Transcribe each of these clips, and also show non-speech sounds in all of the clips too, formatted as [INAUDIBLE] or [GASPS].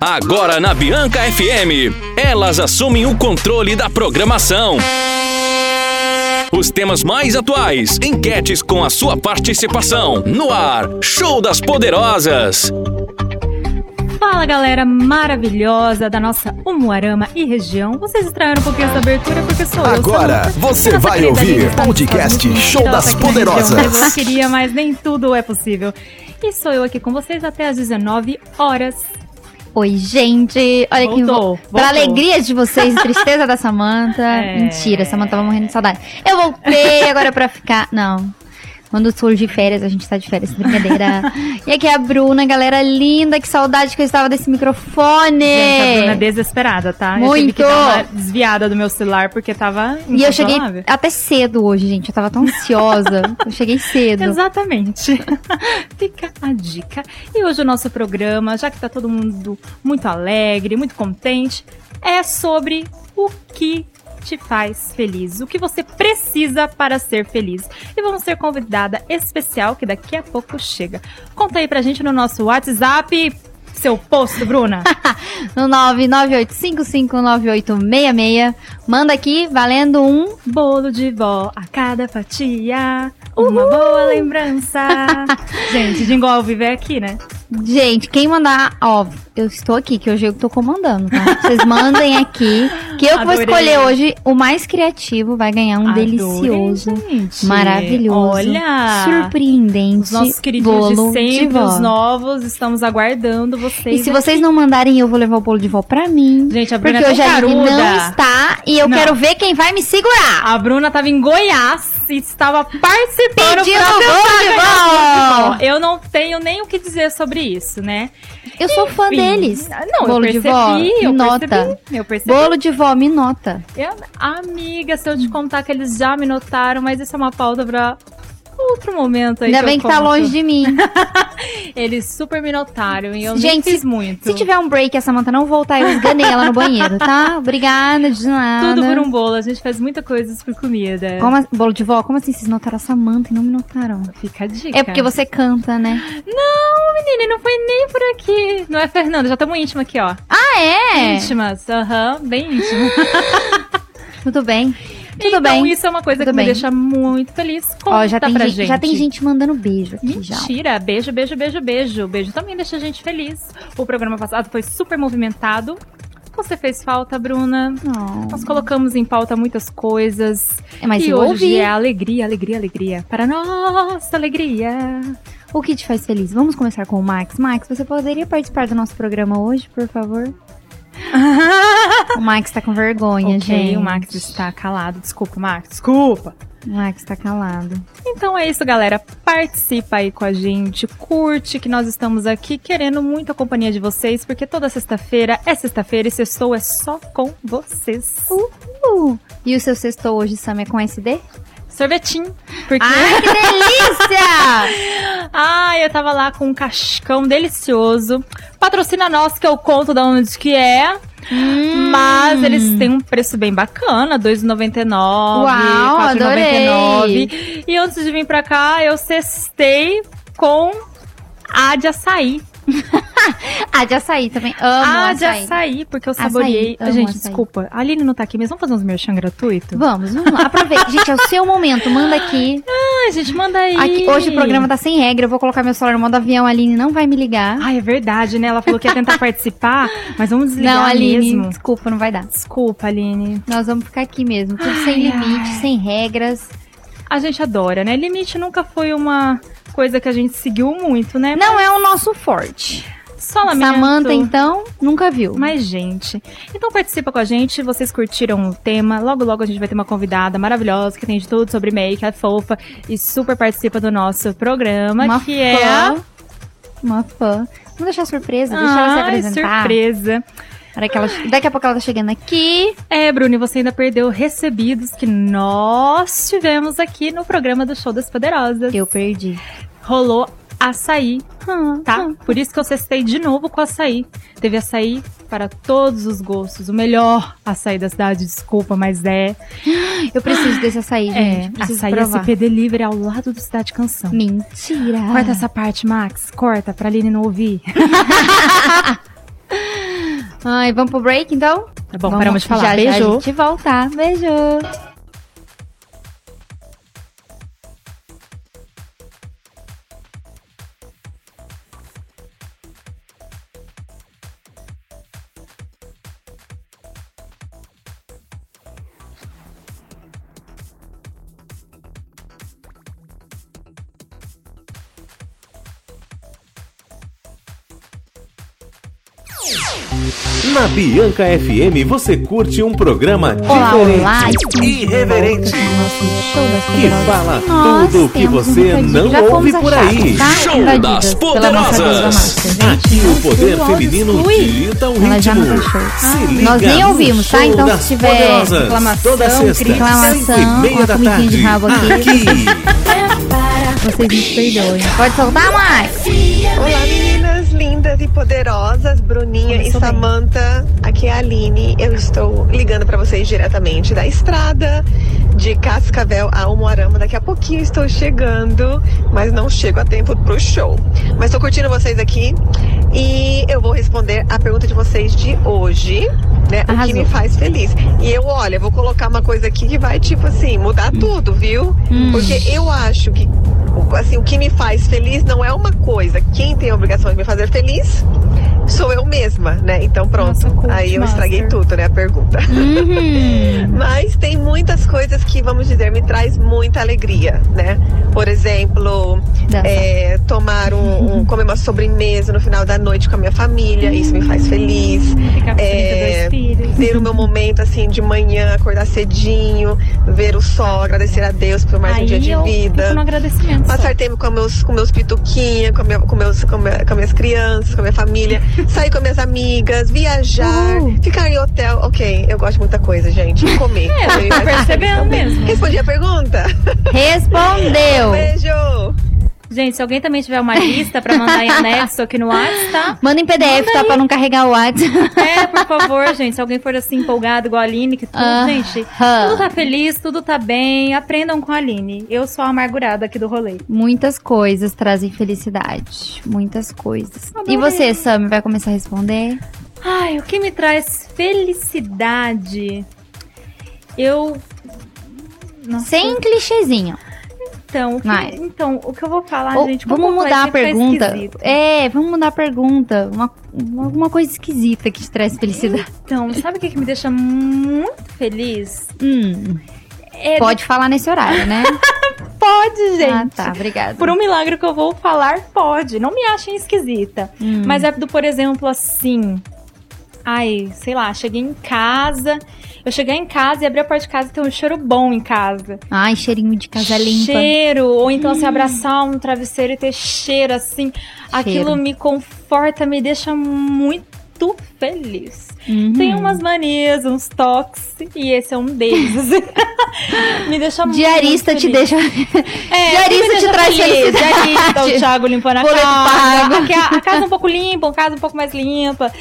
Agora na Bianca FM, elas assumem o controle da programação. Os temas mais atuais, enquetes com a sua participação. No ar, Show das Poderosas. Fala galera maravilhosa da nossa Umuarama e região. Vocês estranharam um pouquinho essa abertura porque sou Agora eu. Samu. você E nossa vai querida ouvir Aline está podcast muito linda, Show ela das tá aqui na Poderosas. região. Eu queria, mas nem tudo é possível. E sou eu aqui com vocês até às 19 horas. Oi, gente. Olha que Voltou, vo- Pra voltou. alegria de [LAUGHS] vocês, tristeza da Samanta. É. Mentira, a Samanta tava morrendo de saudade. Eu voltei agora pra ficar. Não. Quando surge férias, a gente tá de férias, brincadeira. [LAUGHS] e aqui é a Bruna, galera linda. Que saudade que eu estava desse microfone. Gente, a Bruna é desesperada, tá? Eu tive que Muito. dar uma desviada do meu celular porque tava e eu cheguei incontrolável. até cedo hoje, gente. Eu tava tão [LAUGHS] ansiosa. eu cheguei cedo. Exatamente. Fica a dica. E hoje o nosso programa, já que tá todo mundo muito alegre, muito contente, é sobre o que te faz feliz, o que você precisa para ser feliz. E vamos ter convidada especial que daqui a pouco chega. Conta aí pra gente no nosso WhatsApp, seu posto, Bruna. No 998559866. Manda aqui, valendo um. Bolo de vó a cada fatia, uma boa lembrança. gente, de ao vivo é aqui, né? Gente, quem mandar, ó, eu estou aqui, que hoje eu tô comandando, tá? [LAUGHS] Vocês mandem aqui, que eu que vou Adorei. escolher hoje o mais criativo, vai ganhar um Adorei, delicioso, gente. maravilhoso, Olha! surpreendente Ah, Os nossos queridos bolo de de sempre, vó. os novos, estamos aguardando E vocês. se vocês não mandarem, eu vou levar o bolo de vó pra mim. Gente, a Bruna Porque é hoje tão a Aline caruda. não está e eu Não. quero ver quem vai me segurar. A Bruna estava em Goiás e estava participando Pedindo pra bolo dançar de Goiás vó. Bolo de Vó. Eu não tenho nem o que dizer sobre isso, né? Eu sou fã Enfim, deles. Não, bolo eu percebi, de vó, me eu nota. percebi, eu percebi. Bolo de vó, me nota. Eu- amiga, se eu te contar que eles já me notaram, mas isso é uma pauta pra outro momento aí. Ainda que bem eu que tá conto. longe de mim. Eles é super me notaram e eu nem Gente, se- fiz muito. Se tiver um break e a Samanta não voltar, eu esganei ela no banheiro, tá? Obrigada, de nada. Tudo por um bolo, a gente faz muita coisa por comida. Como a- Bolo de vó, como assim vocês notaram a Samanta e não me notaram? Fica a dica. É porque você canta, né? Não, menina, não foi nem por aqui. Não é, Fernanda? Já estamos íntima aqui, ó. Ah, é? Íntimas. Aham, bem íntima. Tudo bem. [LAUGHS] Tudo então, bem. isso é uma coisa Tudo que bem. me deixa muito feliz. Conta Ó, já tem, pra gente, gente. já tem gente mandando beijo aqui já. Mentira! Beijo, beijo, beijo, beijo. Beijo também deixa a gente feliz. O programa passado foi super movimentado. Você fez falta, Bruna. Não. Nós colocamos em pauta muitas coisas. Mas e eu hoje ouvi. é alegria, alegria, alegria. Para nossa alegria. O que te faz feliz? Vamos começar com o Max. Max, você poderia participar do nosso programa hoje, por [LAUGHS] favor? o Max tá com vergonha, Ok, gente. o Max está calado. Desculpa, Max. Desculpa. O Max tá calado. Então é isso, galera. Participa aí com a gente, curte que nós estamos aqui querendo muito a companhia de vocês, porque toda sexta-feira é sexta-feira e sextou é só com vocês. Uh, e o seu sextou hoje, Sam, é com SD? Sorvetinho. Porque. Ai, que delícia! Ai, eu tava lá com um cascão delicioso. Patrocina nós, que eu conto da onde que é. Hum. Mas eles têm um preço bem bacana, R$2,99, Uau, R$4,99. E antes de vir pra cá, eu cestei com a de açaí. [LAUGHS] Ah, de açaí também. Amo a Ah, de açaí. açaí. porque eu Açaí, saboreei. amo Gente, açaí. desculpa, a Aline não tá aqui, mas vamos fazer uns merchan gratuito? Vamos, vamos lá. Aproveita. Gente, é o seu momento. Manda aqui. Ai, gente, manda aí. Aqui- Hoje o programa tá sem regra. Eu vou colocar meu celular no modo avião. A Aline não vai me ligar. Ai, é verdade, né? Ela falou que ia [LAUGHS] tentar participar, mas vamos desligar não, Aline. mesmo. Desculpa, não vai dar. Desculpa, Aline. Nós vamos ficar aqui mesmo. Tudo Ai, sem limite, ai. sem regras. A gente adora, né? Limite nunca foi uma coisa que a gente seguiu muito, né? Não é o nosso forte. Só lamento. Samanta, então, nunca viu. Mas, gente, então participa com a gente. Vocês curtiram o tema? Logo, logo a gente vai ter uma convidada maravilhosa que tem de tudo sobre make, é fofa e super participa do nosso programa, Uma que é a fã. Uma fã. Vamos deixar surpresa, deixar ela se Ai, apresentar. surpresa. Na hora que ela- Daqui a pouco ela tá chegando aqui. É, Bruno, e você ainda perdeu recebidos que nós tivemos aqui no programa do Show das Poderosas. Eu perdi. Rolou açaí, Ah, tá? Por isso que eu cestei de novo com açaí. Teve açaí para todos os gostos. O melhor açaí da cidade, desculpa, mas é. Eu preciso desse açaí, gente. É, preciso açaí provar. SP Delivery ao lado do Cidade Canção. Mentira. Ah. é tá? Corta essa parte, Max. Corta pra Aline não ouvir. Ai, vamos pro break então? Tá bom, Vamos- paramos de falar. Já, já Beijo. a gente volta. Beijo. Na Bianca FM você curte um programa Olá, diferente, olá, estamos de irreverente, volta com o nosso show das que poderosas. fala Nós tudo o que temos você muita dica. não Já fomos ouve por achados, aí. tá? Show Invadidas das pela nossa poderosas. deusa máxima. Aqui o poder Ui, feminino ui. dita o Ela já ritmo. não deixou. Se liga Nós nem no ouvimos, tá? show Então, se das tiver poderosas, reclamação, toda sexta, crítica, reclamação, 5h30 uma da comidinha tarde, de rabo aqui. aqui. Vocês me perdoem. Pode soltar, Max? Olá meninas lindas e poderosas, Bruninha e Começou bem. Samanta. Aqui é a Aline. Eu estou ligando para vocês diretamente da estrada de Cascavel a Umuarama. Daqui a pouquinho estou chegando, mas não chego a tempo pro show. Mas estou curtindo vocês aqui e eu vou responder a pergunta de vocês de hoje, né? O que Arrasou. me faz feliz. E eu, olha, vou colocar uma coisa aqui que vai tipo assim, mudar tudo, viu? Porque eu acho que assim, o que me faz feliz não é uma coisa. Quem tem a obrigação de me fazer feliz sou eu mesma, né? Então pronto. Nossa, cult Aí eu master. estraguei tudo, né? A pergunta. Uhum. [LAUGHS] Mas tem muitas coisas que, vamos dizer, me traz muita alegria, né? Por exemplo, Dança. é, tomar um, um- comer uma sobremesa no final da noite com a minha família, isso me faz feliz Ficar com 32 É, filhos. ter o meu momento assim de manhã, acordar cedinho, ver o sol, agradecer a Deus por mais Aí um dia de eu vida. fico no agradecimento. só. Passar tempo com meus, com meus pituquinha, com, meu, com, meus, com, minha- com minhas crianças, com [LAUGHS] minha família, sair com minhas amigas, viajar, Uhul. ficar em hotel. Ok, eu gosto de muita coisa, gente. E Comer. É, Comer tô faz feliz percebendo também. mesmo. Respondi a pergunta. Respondeu. Beijo! Gente, se alguém também tiver uma lista pra mandar em anexo aqui no WhatsApp, tá? Manda em PDF, tá? Pra não carregar o WhatsApp. [LAUGHS] É, por favor, gente. Se alguém for assim empolgado igual a Aline, que tudo, Ah. gente, tudo tá feliz, tudo tá bem. Aprendam com a Aline. Eu sou a amargurada aqui do rolê. Muitas coisas trazem felicidade. Muitas coisas. Adorei. E você, Sam, vai começar a responder? Ai, o que me traz felicidade? Eu. Nossa, Sem clichêzinho. Então, o que, Vai. então, o que eu vou falar, Ou- gente, como vamos vai, mudar a vai ficar pergunta. esquisito. É, vamos mudar a pergunta. Uma, uma- alguma coisa esquisita que te traz felicidade. Então, sabe o que, que me deixa muito feliz? Hum, É, pode falar nesse horário, né? pode, [LAUGHS] gente. ah, tá. Obrigada. Por um milagre que eu vou falar, pode. Não me achem esquisita. Hum. Mas é do, por exemplo, assim. Ai, sei lá, cheguei em casa. Eu cheguei em casa e abri a porta de casa e tem um cheiro bom em casa. Ai, cheirinho de casa limpa. Hum. Cheiro. Ou então se abraçar um travesseiro e ter cheiro assim. Aquilo me conforta, me deixa muito feliz. Uhum. Tem umas manias, uns toques, e esse é um deles. [LAUGHS] [LAUGHS] assim. me deixa muito Diarista te feliz. deixa. [LAUGHS] É, Diarista me deixa te traz felicidade. Diarista, então, o Thiago limpando a é Boleto casa. pago. Aqui a, a casa um pouco limpa, a casa um pouco mais limpa.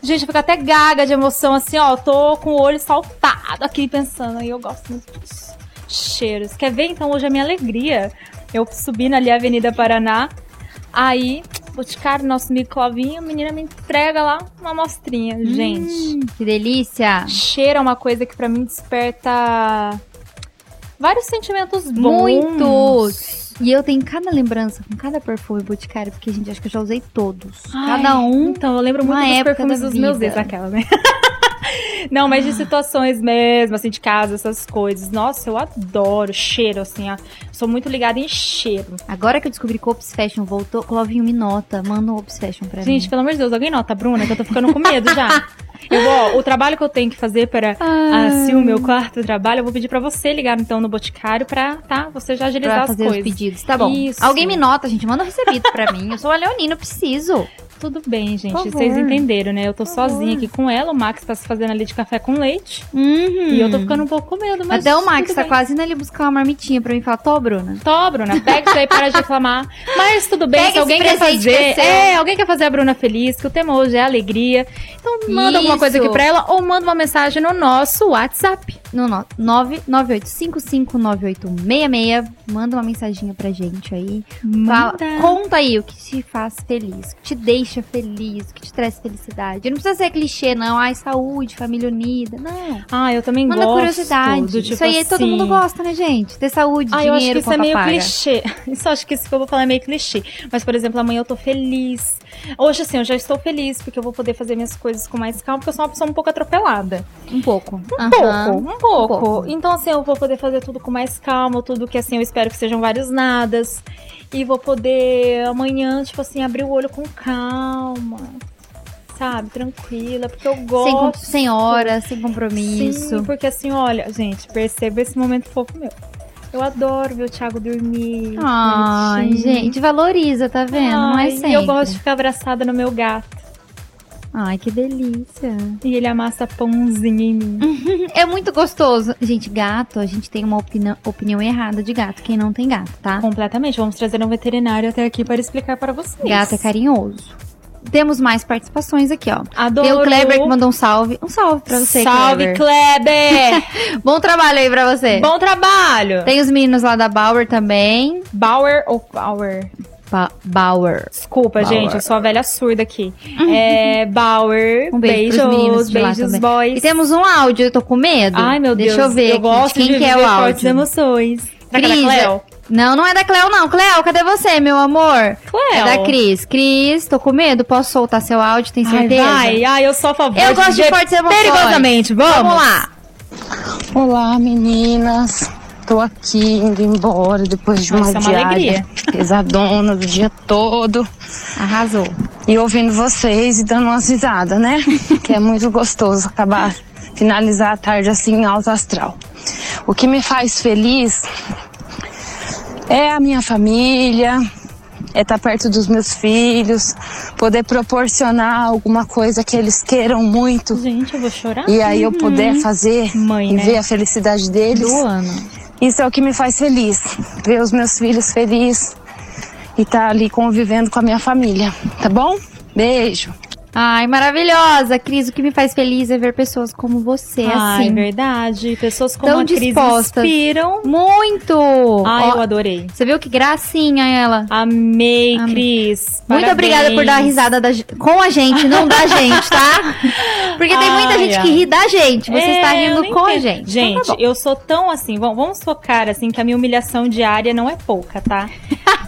Gente, eu fico até gaga de emoção, assim, ó. Tô com o olho saltado aqui pensando. Aí eu gosto muito dos cheiros. Quer ver? Então, hoje a minha alegria. Eu subindo ali a Avenida Paraná. Aí, Boticário, nosso miclovinho, a menina me entrega lá uma amostrinha. Gente, Hum, que delícia. cheiro é uma coisa que pra mim desperta vários sentimentos bons. Muitos. E eu tenho cada lembrança com cada perfume boticário, porque, gente, acho que eu já usei todos. Ai, cada um. Então, eu lembro muito uma dos época perfumes da dos meus vida. ex, aquela, né? [LAUGHS] Não, mas de situações mesmo, assim, de casa, essas coisas. Nossa, eu adoro cheiro, assim. ó. Sou muito ligada em cheiro. Agora que eu descobri que o Ops Fashion voltou, Clovinho me nota. Manda um Ops Fashion pra Gente, mim. pelo amor de Deus, alguém nota, Bruna, que eu tô ficando com medo já. [LAUGHS] Eu vou, o trabalho que eu tenho que fazer para assim, o meu quarto trabalho, eu vou pedir pra você ligar então no Boticário pra, tá? Você já agilizar Pra as fazer coisas. os pedidos. Tá bom. Isso. Alguém me nota, gente. Manda um recebido pra mim. Eu sou a Leonina, eu preciso. Tudo bem, gente. Por favor. Vocês entenderam, né? Eu tô Por favor. sozinha aqui com ela, o Max tá se fazendo ali de café com leite. Uhum. E eu tô ficando um pouco com medo, mas. Até o Max tudo tá bem. quase indo ali buscar uma marmitinha pra mim e falar, tô, Bruna. Tó, Bruna, né? pega isso aí, para de reclamar. Mas tudo bem, Pega se alguém esse quer presente que é fazer. seu. É, alguém quer fazer a Bruna feliz, que o tema hoje é alegria. Então manda alguma Isso. coisa aqui pra ela ou manda uma mensagem no nosso WhatsApp. No no- 998559866. Manda uma mensaginha pra gente aí. Fala, Manda. conta aí o que te faz feliz, o que te deixa deixa feliz, o que te traz felicidade. Não precisa ser clichê, não. Ai, saúde, família unida. Não. Ah, eu também Manda gosto. curiosidade. Do tipo isso aí todo assim, mundo gosta, né, gente? Ter saúde, Ah, eu dinheiro, acho que isso é conta meio paga. clichê. [LAUGHS] Isso eu acho que isso que eu vou falar é meio clichê. Mas, por exemplo, amanhã eu tô feliz. Hoje, assim, eu já estou feliz, porque eu vou poder fazer minhas coisas com mais calma, porque eu sou uma pessoa um pouco atropelada. Um pouco. Um Pouco, um pouco. pouco. Então, assim, eu vou poder fazer tudo com mais calma, tudo que, assim, eu espero que sejam vários nadas. E vou poder amanhã, tipo assim, abrir o olho com calma. Sabe? Tranquila, porque eu Sem, com- gosto. sem hora, sem compromisso. Sim, porque assim, olha, gente, perceba esse momento fofo meu. Eu adoro ver o Thiago dormir. Ai, bonitinho. gente, valoriza, tá vendo? não é Ai, sempre. e Eu gosto de ficar abraçada no meu gato. Ai, que delícia. E ele amassa pãozinho em mim. É muito gostoso. Gente, gato, a gente tem uma opinião, opinião errada de gato, quem não tem gato, tá? Completamente. Vamos trazer um veterinário até aqui para explicar para vocês. Gato é carinhoso. Temos mais participações aqui, ó. Adoro. Tem o Kleber que mandou um salve. Um salve pra você, Salve, Kleber. Kleber! [LAUGHS] Bom trabalho aí pra você. Bom trabalho! Tem os meninos lá da Bauer também. Bauer ou Bauer? Ba- Bauer. Desculpa, Bauer. Uhum. gente, eu sou a velha surda aqui. É, Bauer, Um beijo pros beijos, meninos de lá beijos, também. boys. E temos um áudio, eu tô com medo. Ai, meu Deixa Deus. eu ver aqui, gosto de quem de que é viver o fortes áudio. emoções. Será que é da Cris, Cleo? Não, não é da Cleo, não. Cleo, cadê você, meu amor? Cleo. É da Cris. Cris, tô com medo. Posso soltar seu áudio, tem Ai, certeza? vai. Ai, eu sou a favor Eu gosto de viver fortes emoções. Perigosamente, vamos. Vamos lá. Olá meninas, tô aqui indo embora depois de uma, Nossa, é uma diária alegria. pesadona do dia todo Arrasou. e ouvindo vocês e dando umas [LAUGHS] risadas, né? que é muito gostoso acabar, finalizar a tarde assim em alto astral. O que me faz feliz é a minha família, é estar perto dos meus filhos, poder proporcionar alguma coisa que eles queiram muito Gente, eu vou chorar. e aí eu puder fazer Uhum. Mãe, e né? ver a felicidade deles. Do ano. Isso é o que me faz feliz, ver os meus filhos felizes e estar ali convivendo com a minha família, tá bom? Beijo. Ai, maravilhosa, Cris. O que me faz feliz é ver pessoas como você, Ai, assim. verdade. Pessoas como Tão a Cris dispostas. inspiram. Muito! Ai, Ó, eu adorei. Você viu que gracinha ela. Amei, Amei. Cris. Muito Parabéns. obrigada por dar risada da ge- com a gente, não [LAUGHS] da gente, tá? Porque tem muita Ai, gente ai. que ri da gente. Você É, está eu rindo nem com a entendo. gente. Gente, Então tá bom. eu sou tão assim. Vamos, vamos focar assim que a minha humilhação diária não é pouca, [LAUGHS] tá?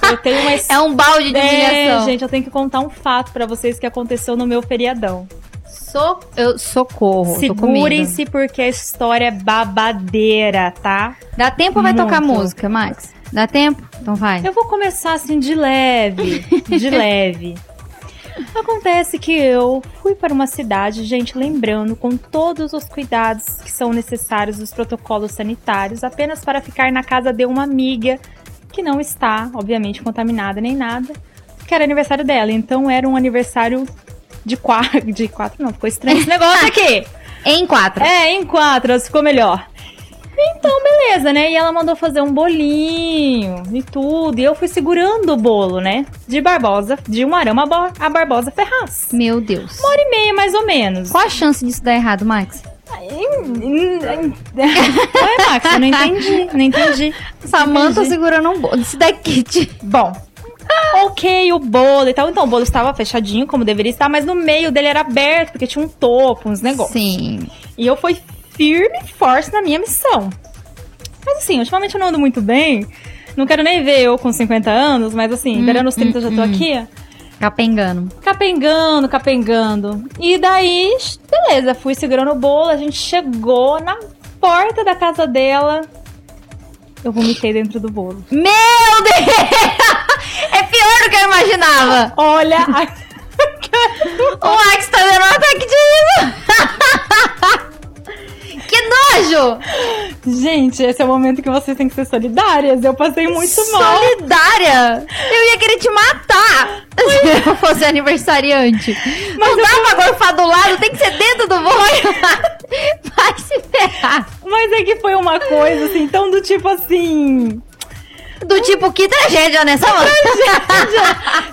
Eu tenho uma É um balde de humilhação. É, gente, eu tenho que contar um fato pra vocês que aconteceu no meu feriadão. So- eu, socorro. tô com medo. Segurem-se porque a história é babadeira, tá? Dá tempo ou vai Muito. tocar música, Max? Dá tempo? Então vai. Eu vou começar assim de leve, de leve. Acontece que eu fui para uma cidade, gente, lembrando, com todos os cuidados que são necessários dos protocolos sanitários, apenas para ficar na casa de uma amiga que não está, obviamente, contaminada nem nada, porque era aniversário dela. Então era um aniversário de quatro, de quatro não, ficou estranho esse negócio aqui. Em quatro. É, em quatro, ficou melhor. Então, beleza, né? E ela mandou fazer um bolinho e tudo. E eu fui segurando o bolo, né? De Barbosa, de um arama bo- a Barbosa Ferraz. Meu Deus. Uma hora e meia, mais ou menos. Qual a chance disso dar errado, Max? Ué, Max, eu não entendi, não entendi. Samanta Entendi. segurando um bolo. Isso daqui. [LAUGHS] de- Bom, ok, o bolo e tal. Então, o bolo estava fechadinho, como deveria estar, mas no meio dele era aberto, porque tinha um topo, uns negócios. Sim. E eu fui firme e forte na minha missão. Mas assim, ultimamente eu não ando muito bem. Não quero nem ver eu com 50 anos, mas assim, beirando os 30 eu já tô aqui. Capengando. Capengando, capengando. E daí, beleza, fui segurando o bolo, a gente chegou na porta da casa dela. Eu vomitei dentro do bolo. Meu Deus! [LAUGHS] É pior do que eu imaginava. Olha, a... [LAUGHS] O Max tá dando um ataque de riso. [LAUGHS] Que nojo! gente, esse é o momento que vocês têm que ser solidárias. Eu passei muito mal. Solidária! Eu ia querer te matar [LAUGHS] se eu fosse aniversariante. não dá pra gorfar do lado, tem que ser dentro do bolo. [LAUGHS] Vai se ferrar. Mas é que foi uma coisa, assim, tão do tipo assim. Do tipo, que tragédia, né, Samanta?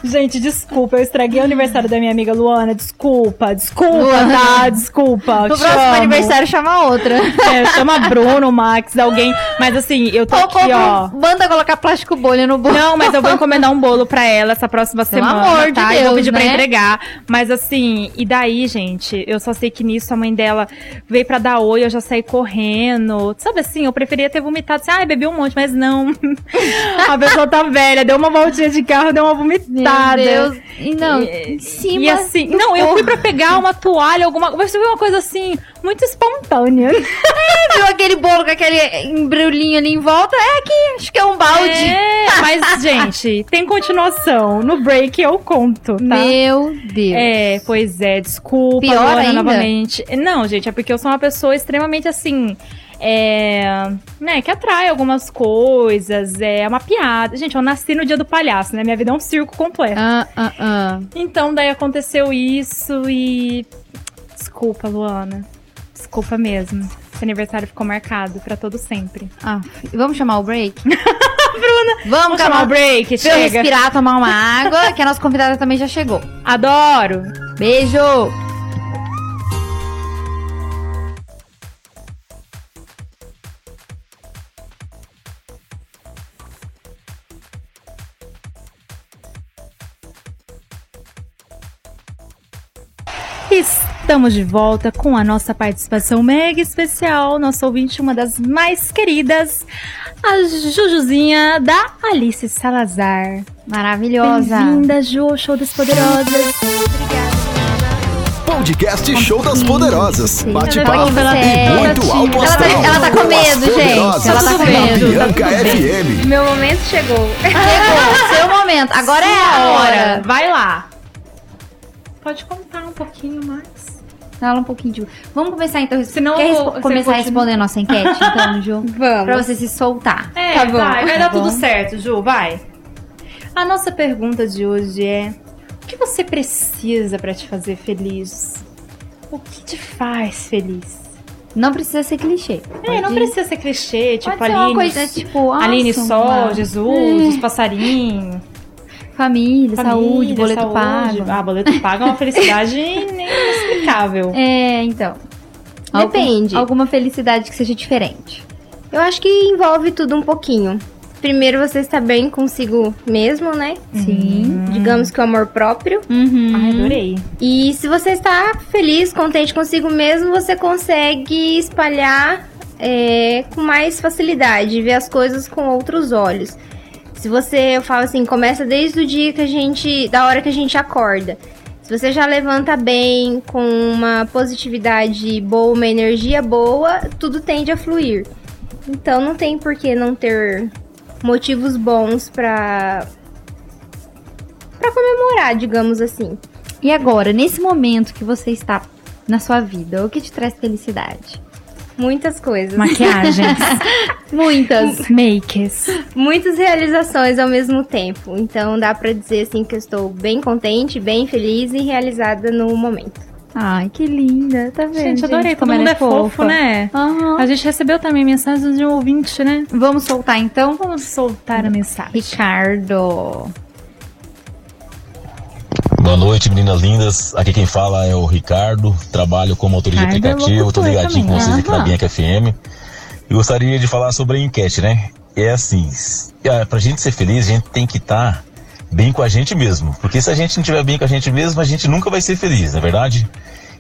Gente, desculpa, eu estraguei o aniversário da minha amiga Luana. Desculpa, desculpa, Luana. tá? Desculpa. No te próximo amo. aniversário, chama outra. É, chama Bruno, Max, alguém. Mas assim, eu tô Ou aqui, ó. compra, manda colocar plástico bolha no bolo. Não, mas eu vou encomendar um bolo pra ela essa próxima Pelo semana. amor de tá? Eu vou Deus, pedir pra né? entregar. Mas assim, e daí, gente? Eu só sei que nisso a mãe dela veio pra dar oi, eu já saí correndo. Sabe assim, eu preferia ter vomitado assim, ai, bebi um monte, mas não. [LAUGHS] a pessoa tá velha, deu uma voltinha de carro, deu uma vomitada. Meu tá, Deus. E é não, em cima. E assim, do não, eu fui corpo. pra pegar uma toalha, alguma coisa. Você viu uma coisa assim, muito [LAUGHS] espontânea. Viu aquele bolo com aquele embrulhinho ali em volta? É aqui, acho que é um balde. É, mas, gente, tem continuação. No break eu conto, tá? Meu Deus. É, pois é, desculpa, Pior Luana, ainda? novamente. Não, gente, é porque eu sou uma pessoa extremamente assim. É. Né, que atrai algumas coisas, é uma piada. Gente, eu nasci no dia do palhaço, né? Minha vida é um circo completo. Ah, ah, ah. Então, daí aconteceu isso e. Desculpa, Luana. Desculpa mesmo. Esse aniversário ficou marcado pra todo sempre. Ah, vamos chamar o break? [LAUGHS] Bruna, vamos, Vamos chamar o break, Deixa eu chega. respirar, tomar uma água, que a nossa convidada também já chegou. Adoro! Beijo! Estamos de volta com a nossa participação mega especial, nossa ouvinte, uma das mais queridas, a Jujuzinha da Alice Salazar. Maravilhosa! Bem-vinda, Ju, ao Show das Poderosas. Podcast Show das Poderosas. Ela Bate-papo tá com e sede. muito alto Ela tá- astral. ela tá com medo, As gente. Poderosas Ela tá com na medo. Bianca FM. Meu momento chegou. Chegou, seu momento. Agora é a hora. vai lá. Pode contar um pouquinho mais. Fala um pouquinho, Ju. Vamos começar então. Senão Quer eu vou- respo- você começar a continua. responder a nossa enquete, [LAUGHS] então, Ju? Vamos. Pra você se soltar. É, Tá bom, vai, vai tá dar bom. tudo certo, Ju, vai. A nossa pergunta de hoje é: o que você precisa pra te fazer feliz? O que te faz feliz? Não precisa ser clichê. É, não precisa ser clichê, tipo Pode ser Aline, uma coisa tipo Aline awesome, Sol, uma- Jesus, os passarinhos, Família, saúde, família, boleto É. saúde. pago. Ah, boleto pago é uma felicidade [LAUGHS] inexplicável. É, então. Algum- Depende. alguma felicidade que seja diferente. Eu acho que envolve tudo um pouquinho. Primeiro, você estar bem consigo mesmo, né? Sim. Digamos que o amor próprio. Uhum. Ai, adorei. E se você está feliz, contente consigo mesmo, você consegue espalhar é, com mais facilidade, ver as coisas com outros olhos. Se você, eu falo assim, começa desde o dia que a gente, da hora que a gente acorda. Se você já levanta bem, com uma positividade boa, uma energia boa, tudo tende a fluir. Então não tem por que não ter motivos bons pra para comemorar, digamos assim. E agora, nesse momento que você está na sua vida, o que te traz felicidade? Muitas coisas. [LAUGHS] [LAUGHS] Maquiagens, [LAUGHS] Muitas. makes. Muitas realizações ao mesmo tempo. Então dá pra dizer assim que eu estou bem contente, bem feliz e realizada no momento. Ai, que linda, tá vendo? Gente, adorei, todo como ela mundo é fofo, fofa. né? Aham. A gente recebeu também mensagem de um ouvinte, né? Vamos soltar então? Vamos soltar a mensagem. Ricardo. Boa noite, meninas lindas. Aqui quem fala é o Ricardo. Trabalho como motorista de Ricardo é aplicativo. Tô locutor ligadinho com também. vocês aqui na Aham. Bianca FM. E gostaria de falar sobre a enquete, né? É assim: s- ah, pra gente ser feliz, a gente tem que estar bem com a gente mesmo. Porque se a gente não estiver bem com a gente mesmo, a gente nunca vai ser feliz, não é verdade?